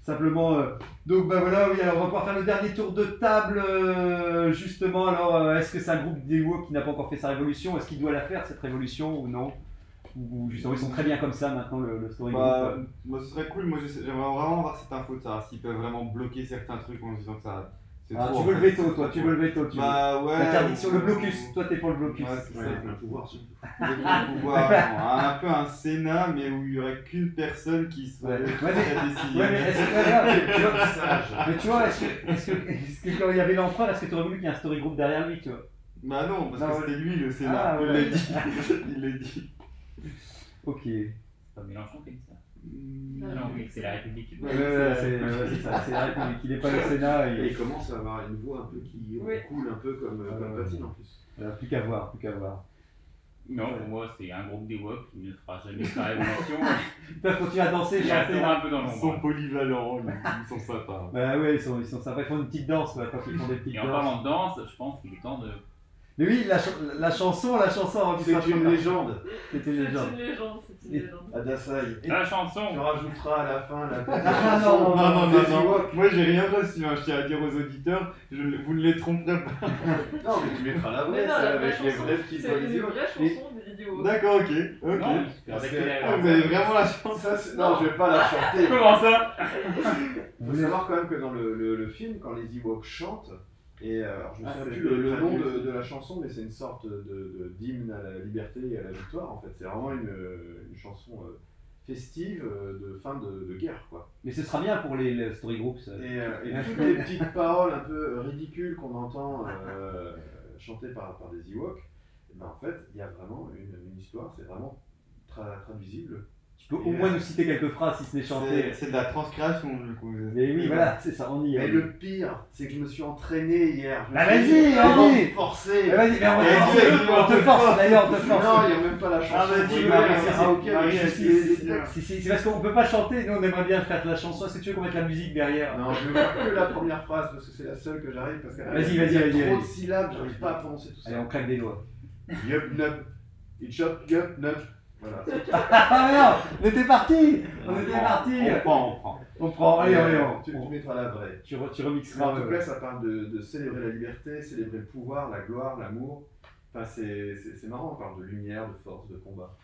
S1: simplement... euh, Donc bah voilà, oui, alors on va pouvoir faire le dernier tour de table euh, justement, alors euh, est-ce que c'est un groupe d'Ewok qui n'a pas encore fait sa révolution, est-ce qu'il doit la faire cette révolution ou non ou ou justement ils sont très bien comme ça maintenant le, le story
S3: Bah,
S1: group.
S3: moi, ce serait cool. Moi, j'essaie- j'aimerais vraiment avoir cette info de ça. S'ils peuvent vraiment bloquer certains trucs en se disant que ça. c'est
S1: Ah,
S3: trop,
S1: tu
S3: en
S1: veux le
S3: fait,
S1: veto
S3: c'est
S1: toi,
S3: trop.
S1: tu veux le veto, tu veux-
S3: Bah ouais.
S1: L'interdiction, le
S3: ou-
S1: blocus, toi t'es pour le blocus.
S3: Ouais, c'est
S5: Ouais,
S3: ça.
S5: avec un pouvoir surtout.
S3: Le plein pouvoir, un, un peu un Sénat, mais où il n'y aurait qu'une personne qui serait
S1: Ouais. Ouais,
S3: très décisive.
S1: Ouais, mais est-ce que, regarde, tu vois,
S5: Sage.
S1: mais tu vois, est-ce que, est-ce que- est-ce que quand il y avait l'empereur, est-ce que tu aurais voulu qu'il y ait un story group derrière lui, tu vois
S3: Bah non, parce
S1: Non,
S3: que
S1: ouais.
S3: c'était lui le
S1: Ah,
S3: scénar. il
S1: ouais. [LAUGHS]
S3: l'a dit. il l'a dit.
S1: Ok.
S4: C'est pas Mélenchon qui a dit ça.
S2: Ouais.
S4: Non, oui, c'est la République.
S3: Ouais,
S1: Ouais, ouais,
S3: c'est-
S1: c'est ouais, c'est ça, c'est la République. Il n'est pas le Sénat.
S5: Et
S1: Il
S5: il commence à avoir une voix un peu qui
S2: Oui.
S5: coule un peu comme,
S1: Ah,
S5: comme
S1: ouais.
S5: Patine en plus.
S1: Euh, plus qu'à voir, plus qu'à voir.
S4: Non, pour moi, c'est un groupe d'Ewok qui ne fera jamais
S3: [LAUGHS]
S4: sa révolution.
S1: Ils peuvent continuer à danser,
S4: Il
S1: chanter.
S4: restera un peu dans
S3: Ils sont
S4: l'ombre. hein.
S3: polyvalents, ils ils sont sympas.
S1: Bah ouais, ils sont, ils sont sympas. Ils font une petite danse quoi, quand ils font des petites
S4: Et en
S1: danses.
S4: parlant de danse, je pense qu'il est temps de.
S1: Mais oui, la, ch- la chanson, la chanson avant qu'il
S5: C'est
S1: soit trop
S5: une
S1: tard.
S5: légende.
S1: C'est
S2: C'est
S1: une
S2: une
S1: légende.
S2: légende, c'est une
S5: Et-
S2: légende.
S5: à Dassaï.
S4: La
S5: Tu
S4: chanson
S5: rajouteras à la fin [LAUGHS] la petite
S1: Ah,
S5: chanson.
S1: non,
S3: Non, non, non,
S5: des
S3: non.
S5: Ewoks.
S3: Moi j'ai rien reçu, hein, je tiens à dire aux auditeurs, je ne- vous ne les tromperez pas.
S5: Non, mais tu mettras la
S2: Mais
S5: vraie,
S2: non,
S5: celle
S2: la vraie
S5: avec les
S2: chanson,
S5: vrais petits
S2: c'est
S5: voix des
S2: une
S5: Ewoks.
S2: vraie
S5: Et-
S2: chanson des vidéos.
S3: D'accord, ok, ok.
S4: Non, c'est
S5: Ah,
S4: avec
S5: c'est-
S4: la-
S3: Ah, vous avez vraiment la
S1: [LAUGHS]
S3: chance.
S5: Ça, c'est- non, je vais pas la chanter.
S4: Comment ça
S5: Il faut savoir quand même que dans le, le- le film, quand les Ewoks chantent, et euh, alors je ne
S3: Ah,
S5: sais
S3: c'est
S5: plus
S3: le
S5: le, le nom
S3: traduit.
S5: de, de la chanson, mais c'est une sorte de- de d'hymne à la liberté et à la victoire. En fait, c'est vraiment une, euh, une chanson euh, festive euh, de fin de, de guerre, quoi.
S1: Mais ce sera bien pour les, les story groups. ça.
S5: Et, euh, et toutes les
S3: [LAUGHS]
S5: petites paroles un peu euh, ridicules qu'on entend euh, chanter par, par des Ewoks, eh ben, en fait, il y a vraiment une, une histoire. C'est vraiment tra- traduisible.
S1: Tu peux au moins nous citer quelques phrases si ce n'est
S3: C'est
S1: chanté.
S3: c'est de la transcréation du coup.
S1: Mais oui, voilà, c'est ça, on y est.
S5: Et le pire, c'est que je me suis entraîné hier. Je me
S1: Bah,
S5: suis
S1: vas-y,
S5: vraiment
S1: vas-y.
S5: forcé.
S1: Mais vas-y, mais on,
S5: Et
S1: on-
S5: vas-y,
S1: on te
S5: vas-y.
S1: force, d'ailleurs, on te
S5: Non,
S1: force. bah,
S5: il n'y a même pas la chanson.
S3: Ah, vas-y,
S5: Ouais,
S3: Marie,
S5: ouais, c'est-
S3: c'est-
S5: ok, mais
S3: Marie,
S5: c'est-
S3: elle-
S5: c'est-
S3: c'est-
S5: c'est-
S3: c'est-
S1: Si, si, c'est parce qu'on peut pas chanter, nous on aimerait bien faire la chanson. Est-ce que tu veux qu'on mette la musique derrière
S5: Non, je veux faire que la première phrase parce que c'est la seule que j'arrive parce qu'elle
S1: Vas-y,
S5: il y a
S1: vas-y, vas-y,
S5: trop de
S1: vas-y.
S5: syllabes, j'arrive pas à prononcer tout
S1: Allez,
S5: ça.
S1: on claque des doigts. [LAUGHS]
S5: Yup, nup. It shop, yup, nup. Voilà.
S1: Ah mais non, on était parti On était
S3: prend,
S1: parti
S3: On prend, on prend.
S1: On prend, allez, allez, on,
S5: Tu tu
S1: on-
S5: mettras la vraie.
S1: tu, re- tu
S5: Mais
S1: remixeras.
S5: en tout
S1: euh,
S5: cas, ça parle de, de célébrer la liberté, célébrer le pouvoir, la gloire, l'amour. Enfin, c'est c'est- c'est marrant, on parle de lumière, de force, de combat.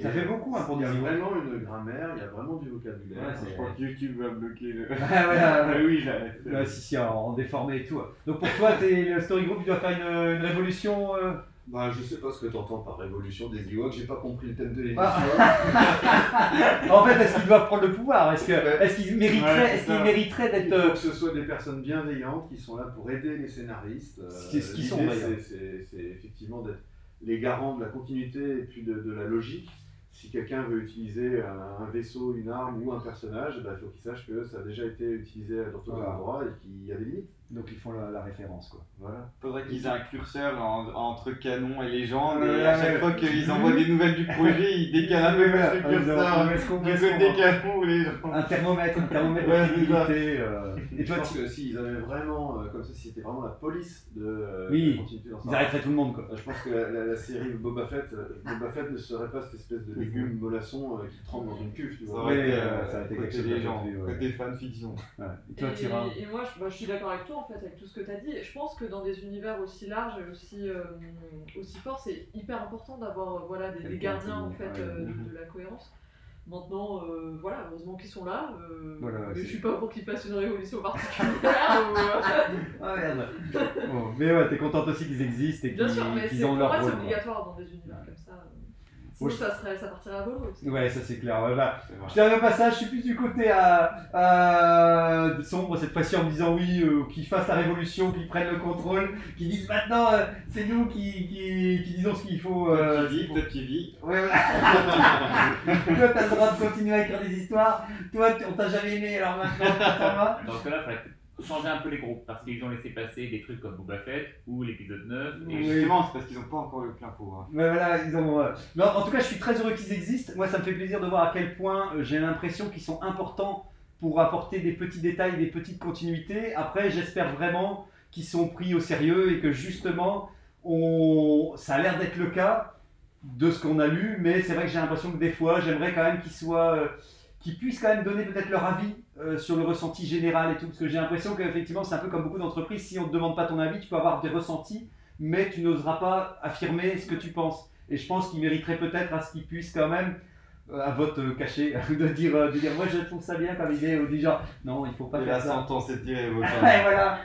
S1: Ça
S5: Et euh,
S1: fait beaucoup hein, pour
S5: Il y
S1: dire
S5: a
S1: ouais.
S5: vraiment une grammaire, il y a vraiment du vocabulaire.
S1: Ouais,
S3: Je crois que YouTube va bloquer le.
S1: Ah, [LAUGHS] ouais, ah, ouais.
S3: [LAUGHS] Ah oui, j'arrête.
S1: Ouais, si, si, en, en déformé et tout. Donc pour toi, t'es, le story group, tu dois faire une, une révolution. euh,
S5: Bah, je sais pas ce que t'entends par révolution des Ewoks, j'ai pas compris le thème de l'émission.
S1: Ah. En fait, est-ce qu'ils doivent prendre le pouvoir Est-ce, que,
S5: Ouais.
S1: est-ce qu'ils mériteraient,
S3: Ouais, c'est
S1: est-ce qu'ils
S3: ça.
S1: mériteraient
S5: Il
S1: d'être.
S5: faut
S1: euh,
S5: que ce soit des personnes bienveillantes qui sont là pour aider les scénaristes. Euh,
S1: Ce qui- ce qu'ils sont,
S5: l'idée,
S1: d'ailleurs.
S5: c'est- c'est- C'est effectivement d'être les garants de la continuité et puis de, de la logique. Si quelqu'un veut utiliser un, un vaisseau, une arme ou un personnage, bah, il faut qu'il sache que ça a déjà été utilisé dans tous les
S1: Voilà.
S5: endroits et qu'il y a des limites.
S1: Donc ils font la, la référence, quoi.
S5: Voilà.
S3: Faudrait qu'ils aient un curseur en- entre canon et légende,
S1: Ouais,
S3: et à
S1: ouais,
S3: chaque
S1: ouais.
S3: fois qu'ils envoient des nouvelles du projet, ils décalent un peu
S1: Ouais,
S3: plus le
S1: ouais, ouais,
S3: curseur
S1: ouais, est-ce qu'on-
S3: du
S1: est-ce qu'on-
S3: côté canon ou légende.
S1: Un thermomètre, un thermomètre
S3: Ouais,
S1: de
S3: c'est ça.
S1: visibilité, euh, Et
S5: Je
S1: toi,
S5: pense
S1: tu-
S5: que s'ils avaient vraiment, euh, comme ça, si c'était vraiment la police de, euh,
S1: Oui.
S5: de la continuité dans
S1: ils
S5: ça.
S1: arrêteraient tout le monde, quoi.
S5: Euh, Je pense que la, la- la série Boba Fett, euh, Boba Fett ne serait pas cette espèce de légume mollasson euh, qui trempe dans une cuve, tu
S3: Ça
S5: vois.
S3: aurait
S1: Ouais,
S3: été,
S1: euh,
S3: euh,
S1: ça aurait été quelque
S3: côté
S1: chose de
S3: légende,
S1: plus, ouais.
S3: côté fanfiction.
S1: Ouais. Et toi,
S2: Et,
S1: Tira
S2: et moi, je, bah, je suis d'accord avec toi en fait, avec tout ce que tu as dit. Et Je pense que dans des univers aussi larges et aussi, euh, aussi forts, c'est hyper important d'avoir euh, voilà, des, des
S1: Quelqu'un
S2: gardiens en
S1: qui-
S2: fait,
S1: ouais. Mhm.
S2: euh, de, de la cohérence. Maintenant, euh, voilà, heureusement qu'ils sont là. euh,
S1: Voilà,
S2: mais
S1: c'est-
S2: je suis pas pour qu'ils fassent une révolution particulière. ou, euh,
S1: Ah merde Bon, Mais ouais, t'es contente aussi qu'ils existent [LAUGHS] et
S2: bien
S1: qu'ils,
S2: sûr, mais
S1: qu'ils
S2: c'est-
S1: ont
S2: pour
S1: leur
S2: moi, c'est
S1: rôle. quoi.
S2: obligatoire dans des univers comme ça. euh. Sinon,
S1: je-
S2: ça, serait, ça partirait à volo. aussi.
S1: Ouais, ça c'est clair. ouais, bah,
S3: C'est vrai.
S1: Je t'avais pas ça, je suis plus du côté à, à- de sombre cette fois-ci en me disant oui, euh, qu'ils fassent la révolution, qu'ils prennent le contrôle, qu'ils disent maintenant euh, c'est nous qui, qui, qui disons ce qu'il faut. euh,
S3: Toi qui vis, toi qui vis.
S1: Ouais, ouais. [LAUGHS]
S3: [LAUGHS]
S1: toi t'as le droit de continuer à écrire des histoires, toi t- on t'a jamais aimé alors maintenant [LAUGHS] tu t'en vas.
S4: Dans ce cas-là, il faudrait changer un peu les groupes parce qu'ils ont laissé passer des trucs comme Boba Fett ou l'épisode 9.
S3: Et
S4: Et
S3: justement, c'est parce qu'ils n'ont pas encore le plein hein. pouvoir.
S1: Ouais, voilà, ils ont, euh, non, en tout cas, je suis très heureux qu'ils existent. Moi, ça me fait plaisir de voir à quel point euh, j'ai l'impression qu'ils sont importants pour apporter des petits détails, des petites continuités. Après, j'espère vraiment qu'ils sont pris au sérieux et que justement, on... ça a l'air d'être le cas de ce qu'on a lu, mais c'est vrai que j'ai l'impression que des fois, j'aimerais quand même qu'ils soient... euh, qu'ils puissent quand même donner peut-être leur avis euh, sur le ressenti général et tout, parce que j'ai l'impression qu'effectivement, c'est un peu comme beaucoup d'entreprises, si on ne te demande pas ton avis, tu peux avoir des ressentis, mais tu n'oseras pas affirmer ce que tu penses. Et je pense qu'il mériterait peut-être à ce qu'il puisse quand même, euh, à vote euh, caché, [LAUGHS] de dire, euh, de dire, moi je trouve ça bien comme idée, ou du genre, non, il faut pas
S3: Et
S1: faire
S3: la
S1: ça.
S3: sentence est
S1: [LAUGHS]
S3: tirée, vos
S1: Ouais, voilà.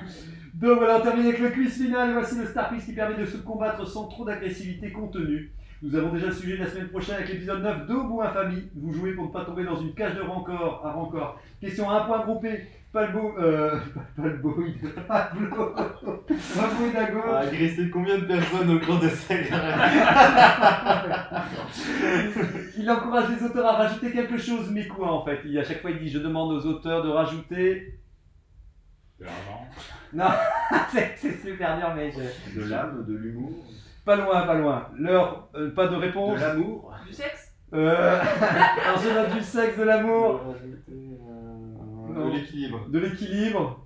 S1: Donc voilà, on termine avec le quiz final. Voici le Star Quiz qui permet de se combattre sans trop d'agressivité contenue. Nous avons déjà le sujet de la semaine prochaine avec l'épisode 9 de Homo Infamie. Vous jouez pour ne pas tomber dans une cage de rancor à rancor. Question à un point groupé. Palbo, euh, [LAUGHS] Palbo, Pablo, Pablo Hidalgo.
S3: a agressé combien de personnes au cours de sa carrière
S1: il encourage les auteurs à rajouter quelque chose, mais quoi en fait il, À chaque fois, il dit Je demande aux auteurs de rajouter.
S4: de l'argent.
S1: [LAUGHS] C'est c'est super dur, mais je-
S5: De l'âme, de l'humour,
S1: pas loin, pas loin. L'heure, euh, pas de
S5: de
S1: réponse.
S5: l'amour.
S2: Du sexe
S1: Euh, [LAUGHS] alors, je note du sexe, de l'amour,
S3: Rajouter, euh,
S1: Non.
S3: De l'équilibre.
S1: de l'équilibre,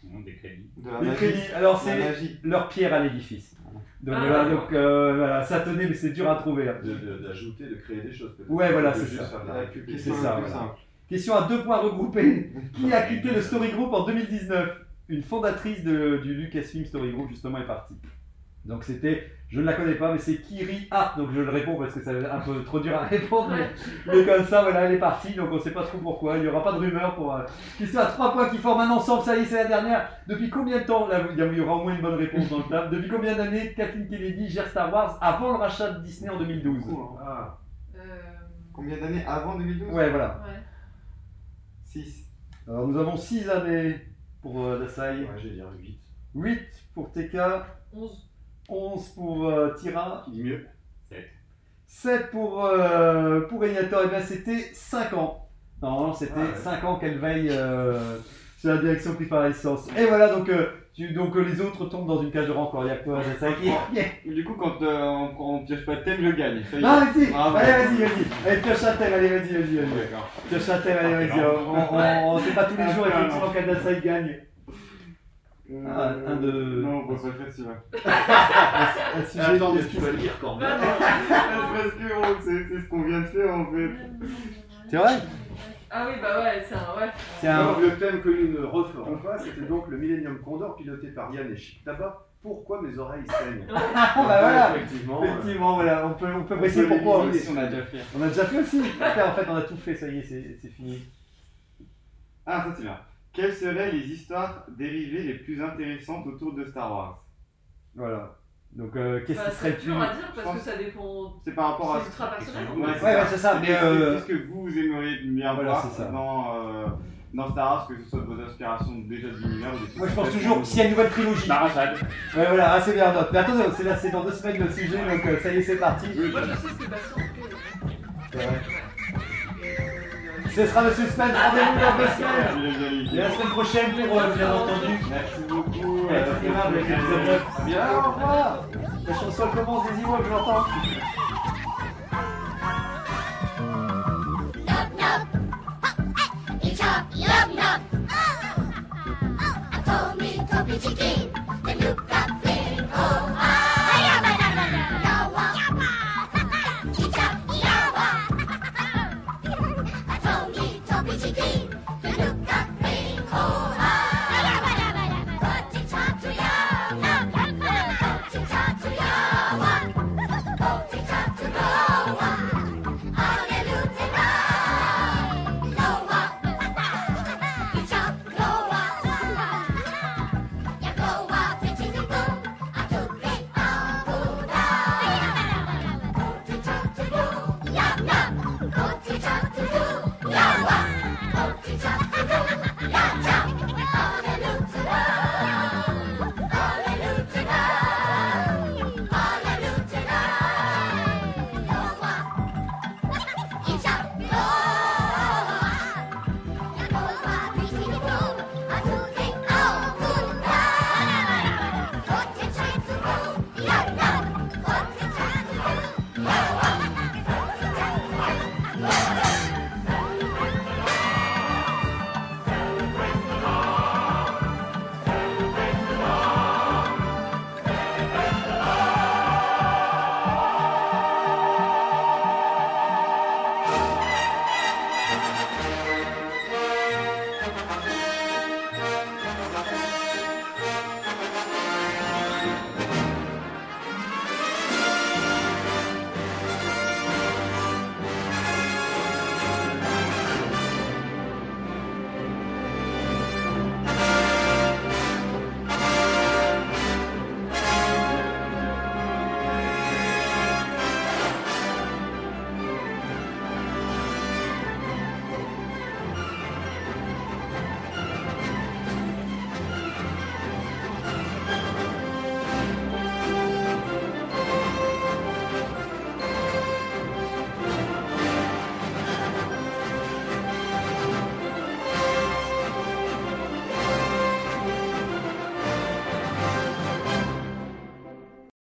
S4: Tout le monde des crédits.
S3: De la
S1: des
S3: magie.
S1: crédits. Alors,
S3: La
S1: c'est
S3: magie.
S1: leur pierre à l'édifice. Donc,
S2: Ah.
S1: voilà, donc, euh, voilà, ça tenait, mais c'est dur à trouver. hein.
S5: de- de- D'ajouter, de, créer des choses peut-être.
S1: Ouais, voilà,
S5: De
S1: c'est
S5: juste
S1: ça.
S5: faire de la
S3: La
S5: récup.
S3: question
S1: C'est
S3: la
S1: ça,
S3: plus
S1: voilà.
S3: simple.
S1: Question à deux points regroupés. Qui a quitté le Story Group en 2019 Une fondatrice de- du Lucasfilm Story Group, justement, est partie. Donc c'était, je ne la connais pas, mais c'est Kiri Hart. Donc je le réponds parce que c'est un peu trop dur à répondre. Mais, mais comme ça, voilà, elle est partie. Donc on ne sait pas trop pourquoi. Il n'y aura pas de rumeur pour. euh, Question à trois points qui forment un ensemble. Ça y est, c'est la dernière. Depuis combien de temps Là, il y a- il y aura au moins une bonne réponse dans le table. Depuis combien d'années Kathleen Kennedy gère Star Wars avant le rachat de Disney en 2012
S3: Beaucoup, hein.
S5: Ah,
S2: Euh,
S3: Combien d'années avant 2012
S1: Ouais, voilà.
S2: Ouais.
S3: 6.
S1: Alors nous avons six années pour euh, Dasai.
S5: ouais, j'allais dire 8.
S1: 8 pour TK,
S2: 11.
S1: 11 pour euh, Tira,
S5: Qui dit mieux
S4: 7.
S1: 7 pour, euh, pour Egnator, et bien c'était 5 ans. Non, c'était
S5: Ah ouais.
S1: 5 ans qu'elle veille euh, sur la direction prise par essence. Et voilà, donc, euh, tu- donc euh, les autres tombent dans une cage de rencor. Il y a quoi Dasai qui- [LAUGHS]
S3: Du coup, quand euh, on, prend- on pioche pas de thème, je gagne. Ça y est.
S1: Non, mais si
S3: Bravo.
S1: Allez, Ah, vas-y, vas-y Allez, pioche un thème, allez, vas-y, vas-y, vas-y
S3: D'accord.
S1: Pioche un thème, allez, vas-y On, on, on- c'est pas tous les jours, effectivement, qu'un Dasai gagne. Ah,
S3: Euh,
S1: un de-
S3: Non, on va pas le faire celui-là.
S1: Un sujet
S5: Attends,
S1: de-
S5: mais tu vas lire quand même.
S3: [LAUGHS] Parce que on- c'est c'est ce qu'on vient de faire en fait.
S1: C'est vrai
S2: Ah oui, bah ouais, c'est un. Ouais.
S1: C'est un...
S5: Alors, Ah. le thème que nous ne referons pas, c'était donc le Millennium Condor piloté par Yann et Chic Tabac. Pourquoi mes oreilles saignent
S1: Ah, bah voilà
S5: Effectivement. euh,
S1: Effectivement, voilà, on peut, on peut
S3: On
S1: préciser
S3: peut les
S1: pourquoi.
S3: viser si on a déjà fait.
S1: On a déjà fait aussi Putain, En fait, on a tout fait, ça y est, c'est c'est fini.
S3: Ah, ça c'est bien. Quelles seraient les histoires dérivées les plus intéressantes autour de Star Wars
S1: Voilà. Donc, euh, qu'est-ce
S2: Bah,
S1: qui serait
S2: c'est
S1: plus
S2: dur à dire
S3: je
S2: parce que
S3: pense-
S2: ça dépend.
S3: C'est par rapport à.
S2: C'est ultra personnel.
S3: Ouais,
S1: Ouais,
S3: ça.
S1: ouais, c'est ça,
S3: C'est
S1: mais,
S3: des-
S1: euh,
S3: c'est ce que vous aimeriez bien
S1: voilà,
S3: voir
S1: c'est ça.
S3: dans, euh, dans Star Wars, que ce soit vos inspirations déjà de l'univers ou des trucs
S1: Moi, je pense
S3: complètement-
S1: toujours, s'il y a une nouvelle trilogie.
S3: La rachade.
S1: Ouais, voilà, ah, c'est bien, non. Mais attends, c'est là, c'est dans deux semaines le sujet, donc euh, ça y est, c'est parti.
S3: Oui,
S2: Moi, je sais ce que Bastien en fait.
S1: Ce sera le suspense, rendez-vous dans deux semaines.
S3: Bien, bien,
S1: Et la
S3: bien.
S1: semaine prochaine pour, euh, bien entendu,
S3: Merci beaucoup.
S1: être
S3: euh,
S1: aimable avec les
S3: merci.
S1: Bien, au revoir. La chanson commence des Ewoks, je l'entends.